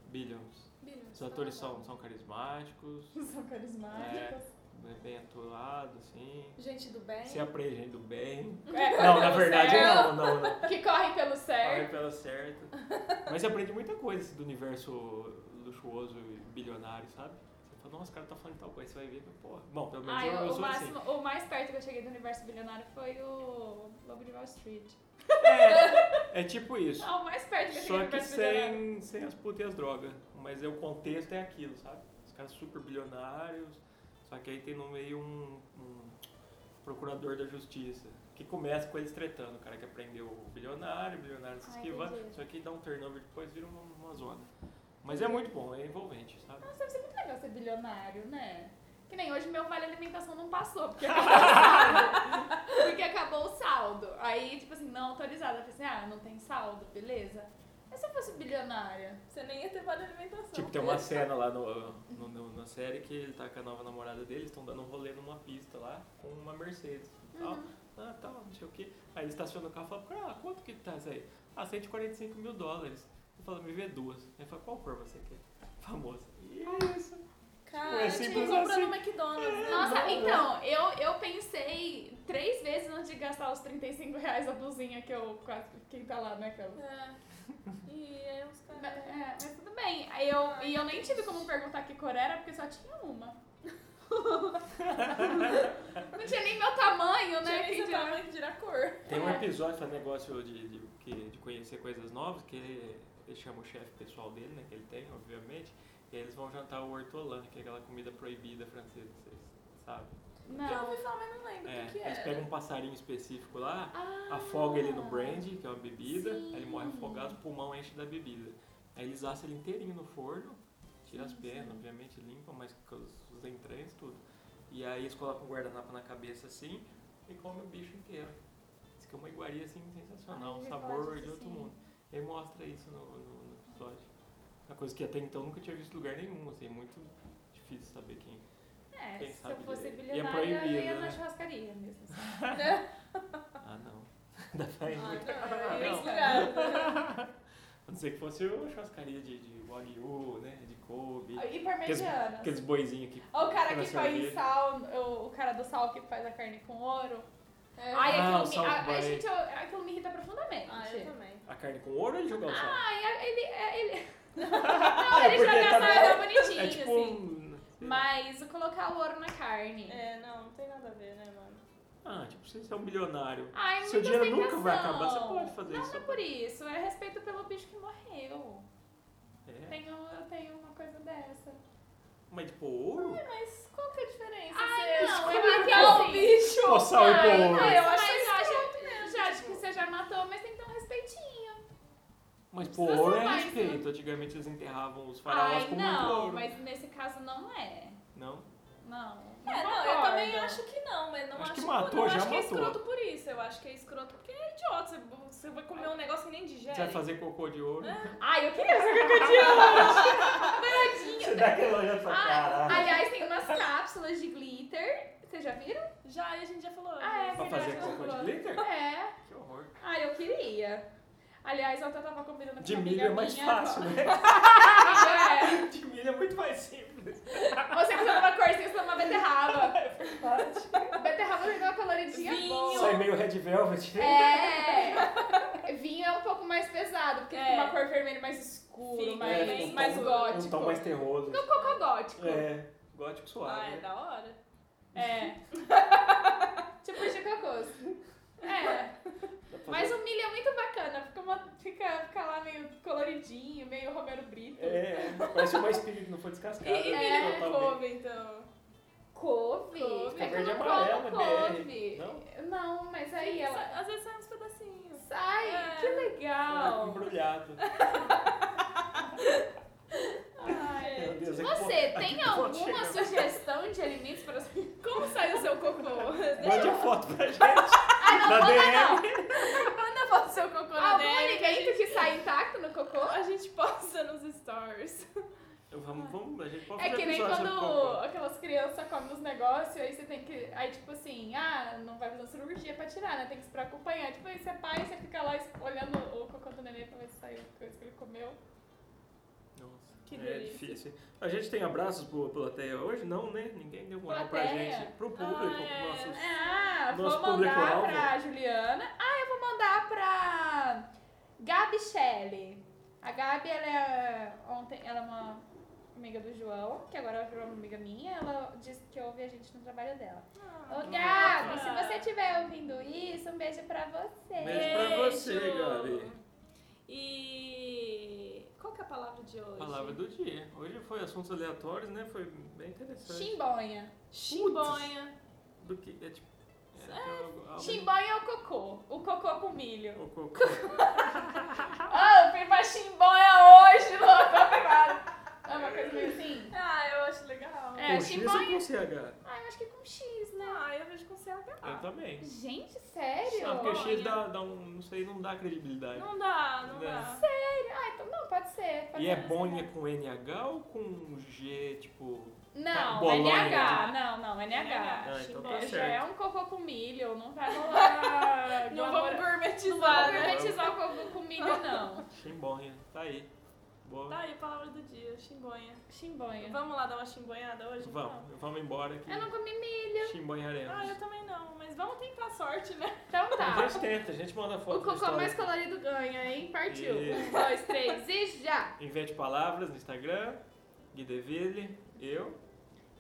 B: Billions.
C: Bilhões.
B: Os atores são, são carismáticos,
A: São
B: É.
A: carismáticos.
B: bem- bem atuados, assim.
C: Gente do bem.
B: Se aprende gente do bem.
A: É,
B: Não,
A: corre
B: na
A: pelo
B: verdade
A: certo.
B: não, não, não.
A: Que correm pelo
B: Vai
A: certo.
B: pela certa. Mas você aprende muita coisa assim, do universo luxuoso e bilionário, sabe? Você fala, nossa, o cara tá falando tal coisa, você vai ver, mas, pô. Bom, pelo menos
A: Ai,
B: eu, eu
A: o, o
B: sou assim.
A: máximo, o mais perto que eu cheguei do universo bilionário foi o Lobo de Wall Street.
B: É, é tipo isso.
A: Ah, o mais perto que eu cheguei
B: Só
A: do
B: que
A: universo bilionário.
B: sem, sem as putas e as drogas. Mas é, o contexto é aquilo, sabe? Os caras super bilionários. Só que aí tem no meio um, um procurador da justiça. Que começa com eles tretando. O cara que prendeu o bilionário, o bilionário se
A: Ah,
B: esquivando.
A: entendi.
B: Só que dá um turnover depois vira uma, uma zona. Mas é muito bom, é envolvente, sabe?
A: Nossa, deve ser muito legal ser bilionário, né? Que nem hoje meu vale alimentação não passou, porque acabou o saldo. porque acabou o saldo. Aí, tipo assim, não autorizada. Eu falei assim, ah, não tem saldo, beleza? Mas se eu fosse bilionária?
C: Você nem ia ter vale alimentação.
B: Tipo, tem uma cena lá no, no- no- na série que ele tá com a nova namorada dele, eles estão dando um rolê numa pista lá com uma Mercedes e tal. Ah, tal, não sei o que. Aí ele estaciona o carro e fala, cara, quanto que tá isso aí? Ah, 145 mil dólares. Ele fala, me vê duas. Ele fala, qual cor você quer? Famosa. E é isso.
C: Cara,
B: É
C: eu tinha que
B: simples
C: comprar no
B: assim.
C: McDonald's. né?
A: Nossa, então, eu, eu pensei três vezes antes de gastar os 35 reais a blusinha que eu quase fiquei lá, né, Cam?
C: É. E aí os
A: Ma-
C: caras.
A: é, mas tudo bem. Aí eu, e eu nem tive como perguntar que cor era, porque só tinha uma. Não tinha nem meu tamanho, né?
C: Tinha
A: quem
C: que
A: dirá.
C: tamanho que dirá cor.
B: Tem um episódio, faz negócio de, de, que- de conhecer coisas novas, que ele, ele chama o chefe pessoal dele, né? Que ele tem, obviamente. E aí eles vão jantar o hortolã, que é aquela comida proibida francesa, vocês sabem.
C: Eu
A: Não.
C: ouvi falar, mas não lembro
B: É,
C: o que que
B: eles
C: era.
B: pegam um passarinho específico lá,
A: Ah.
B: afoga ele no brandy, que é uma bebida,
A: Sim.
B: aí ele morre afogado, o pulmão enche da bebida. Aí eles assam ele inteirinho no forno, tira as pernas, obviamente limpam, mas com os os entranhos, tudo. E aí eles colocam o guardanapo na cabeça assim e comem o bicho inteiro. Diz que é uma iguaria assim
A: Ai, eu
B: sensacional, um
A: assim. ia falar
B: sabor
A: disso,
B: de outro
A: Ah, é sim.
B: mundo. E aí mostra isso no, no- no episódio. Uma coisa que até então nunca tinha visto em lugar nenhum, assim, é muito difícil saber quem.
A: É,
B: Quem
A: se eu
B: sabe
A: fosse
B: direito. E é
A: bilionária, eu ia
B: proibido,
A: na
B: né?
A: churrascaria mesmo. assim.
B: Ah, não. Dá pra ir
C: Ah,
B: muito
C: não, eu ia
A: Não.
C: desligar.
B: A não ser que fosse uma churrascaria de, de Wagyu, né? De Kobe.
A: E parmegiana.
B: Aqueles boizinhos que.
A: Ou o cara
B: Aquela
A: que faz
B: cerveja.
A: sal, o, o cara do sal que faz a carne com ouro.
C: É.
A: Ai,
B: Ah,
A: aquilo,
B: o
A: me,
B: sal
A: a-
B: que
A: ai,
B: vai-
A: gente, eu- aquilo me irrita profundamente.
C: Ah, eu também.
B: A carne com ouro ou ele jogar o sal?
A: Ai, ele. é- ele...
B: não,
A: ele joga sal, ele é bonitinho,
B: tá É tipo
A: assim.
B: um. sei lá.
A: Mas o colocar o ouro na carne.
C: É, não, não tem nada a ver, né, mano?
B: Ah, tipo, se você é um milionário.
A: Ai,
B: Seu
A: muita
B: dinheiro nunca vai
A: ostentação.
B: acabar, você pode fazer
A: não,
B: isso.
A: Não, é por isso. É respeito pelo bicho que morreu.
B: É.
A: Tenho, eu tenho uma coisa dessa.
B: Mas tipo, ouro? é
C: Mas qual que é a diferença?
A: Ai,
C: Você
A: não, eu
C: escolhe
A: acho que
C: qual
A: assim-
C: bicho?
B: Pô, sal e
A: Ai,
B: pô
A: não, é.
B: ouro.
A: eu acho
C: Mas
A: que
C: escroto mesmo,
A: já acho
C: tipo.
A: que você já matou, mas tem que ter um respeitinho.
B: Mas pô,
A: Não,
B: ouro é
A: mas-
B: respeito. Antigamente eles enterravam os faraós
A: Ai,
B: com muito
A: não,
B: ouro.
A: mas nesse caso não é.
B: Não?
A: Não.
C: É, não, eu
A: concordo.
C: também acho que não, mas não
B: Acho
C: acho,
B: que matou,
C: não
B: já
C: acho que é
B: matou.
C: escroto por isso. Eu acho que é escroto porque é idiota. Você, você vai comer um um negócio que nem digere.
B: Você vai fazer cocô de ouro.
A: Ai, eu queria ser crocodilo! Baratinho!
B: Você dá aquela olhada pra
A: Ah,
B: caralho.
A: aliás, tem umas cápsulas de glitter. Vocês já viram?
C: Já, e a gente já falou.
A: Ah, é,
C: né?
B: Pra fazer
A: verdade,
B: cocô de
A: não.
B: glitter?
A: É.
B: Que horror.
A: Ai, eu queria. Aliás, ontem eu tava combinando com
B: De
A: uma
B: milho
A: amiga
B: é mais
A: minha,
B: fácil, né?
A: É.
B: De milho é muito mais simples.
A: Você usa uma cor, você usa uma beterraba. Beterraba tem uma coloridinha
C: Vinho.
A: boa.
B: Sai meio red velvet. né?
A: É. Vinho é um pouco mais pesado, porque
C: É.
A: fica uma cor vermelha mais escuro,
C: Fica
B: É,
A: mais,
B: fica
C: bem-
B: um
A: mais
B: tom-
A: gótico.
B: Um tom mais terroso.
A: Fica um cocô gótico.
B: É, gótico
C: Ah,
B: suave.
C: é
B: né?
C: da hora.
A: É. tipo de cocôs.
B: Tá
A: É.
B: Dá pra
A: Mas
B: fazer-
A: o milho é muito bacana. Fica, uma- fica, fica lá meio coloridinho, meio Romero Brito.
B: É, parece uma espinha que não foi
C: E,
B: descascada.
C: e
A: É,
C: milho com
B: totalmente.
C: couve, então.
A: Couve.
C: Couve.
A: É que eu
B: Verde e
A: não
B: amarelo,
A: como
B: é BR.
A: couve.
B: Não?
A: Não, mas aí
C: Sim,
A: ela...
C: sa- Às vezes sai uns pedacinhos.
A: Sai,
C: É.
A: que legal.
B: Tá Embrulhado.
A: Ai.
B: Meu Deus, é que
A: Você
B: pô-
A: tem
B: aqui pode
A: alguma
B: chegar.
A: sugestão de alimentos para os...
C: Como sai o seu cocô?
B: Mande a foto pra gente.
A: Ah,
B: da DM.
C: Manda foto do seu cocô na
A: Algum
C: DM. que a
A: alimento
C: gente-
A: que sai intacto no cocô?
C: A gente posta nos stories.
B: Vamos, vamos, a gente pode
A: É
B: fazer
A: que nem
B: episódio sobre
A: quando
B: cocô.
A: aquelas crianças comem os negócios, aí você tem que. Aí, tipo assim, ah, não vai fazer cirurgia pra tirar, né? Tem que esperar acompanhar. Tipo, aí você é pai, você fica lá es- olhando o cocô do neném pra ver se saiu coisa que ele comeu.
B: Nossa,
C: Que
B: é
C: delícia.
B: difícil. A gente tem abraços pro plateia hoje? Não, né? Ninguém deu moral pra
A: Plateia.
B: gente. Pro
C: Ah,
B: público,
C: é.
B: pro nossos...
A: Ah,
B: Nosso
A: vou mandar
B: público-alvo?
A: pra Juliana. Ah, eu vou mandar pra Gabi Shelley. A Gabi, ela é, ontem, ela é uma amiga do João, que agora virou uma amiga minha. Ela disse que ouve a gente no trabalho dela. Ô, Gabi, se você estiver ouvindo isso, um beijo pra você.
B: Beijo pra você, Gabi.
C: E. Qual que é a palavra de hoje?
B: Palavra do dia. Hoje foi assuntos aleatórios, né? Foi bem interessante.
A: Chimbonha.
C: Chimbonha.
B: Do que... É tipo... É, tem algo- algo-
A: Chimbonha é o cocô. O cocô com milho.
B: O cocô.
A: Ah, eu fiz uma chimbonha hoje, louca, pegada. É uma coisa meio assim.
C: Ah, eu acho legal.
A: É,
B: com X ou
A: chimbonha.
B: com CH?
A: Ah, eu acho que é com X, né?
C: Ah, eu vejo com
B: Eu
C: CH.
B: também.
A: Gente, sério?
B: Ah, porque X
C: Olha.
B: dá, dá um... Não sei, não dá credibilidade.
C: Não dá, não
B: Não.
C: dá.
A: Sério? Ah, então não, pode ser. Pode
B: E é
A: ser.
B: bonha com NH ou com G, tipo...
A: Não,
B: Bolonha.
A: NH. Não, não, NH.
C: NH.
B: Ah, então tá
C: Chimbonha.
A: Já é
B: certo.
A: um cocô com milho, não vai rolar. glamour-
C: Não vamos
A: não vamos
C: gourmetizar, né?
A: gourmetizar o cocô com milho, não.
B: Chimbonha. Tá aí. Boa.
C: Tá aí a palavra do dia, chimbonha.
A: Chimbonha.
C: Vamos lá dar uma chimbonhada hoje? então?
B: Vamos, vamos embora aqui.
A: Eu não comi milho.
B: Chimbonharemos.
C: Ah, eu também não, mas vamos tentar a sorte, né?
A: Então tá.
B: A gente tenta, a gente manda foto.
A: O
B: no
A: cocô é
B: story.
A: mais colorido ganha, hein? Partiu.
B: E-
A: Um, dois, três e já!
B: Invente palavras no Instagram. Guideville, eu.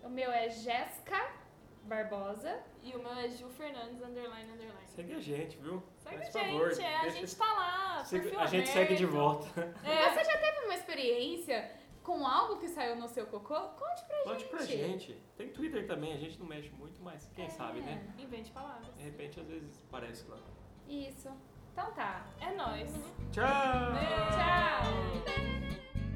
A: O meu é Jéssica Barbosa.
C: E o meu é Gil Fernandes, underline, underline.
B: Segue a gente, viu?
C: Segue
B: Faz
C: a gente,
B: favor,
C: é, a
B: deixa-
C: gente tá
A: Ah,
C: lá,
B: Segue-
C: perfil
B: a gente segue de
C: aberto.
B: volta.
C: É.
A: Você já teve uma experiência com algo que saiu no seu cocô? Conte pra
B: Conte
A: gente.
B: pra gente. Tem Twitter também, a gente não mexe muito, mas quem
A: É.
B: sabe, né?
C: Invente palavras.
B: De repente, às vezes, parece lá.
A: Isso. Então tá.
C: É nóis.
B: Tchau!
A: Tchau!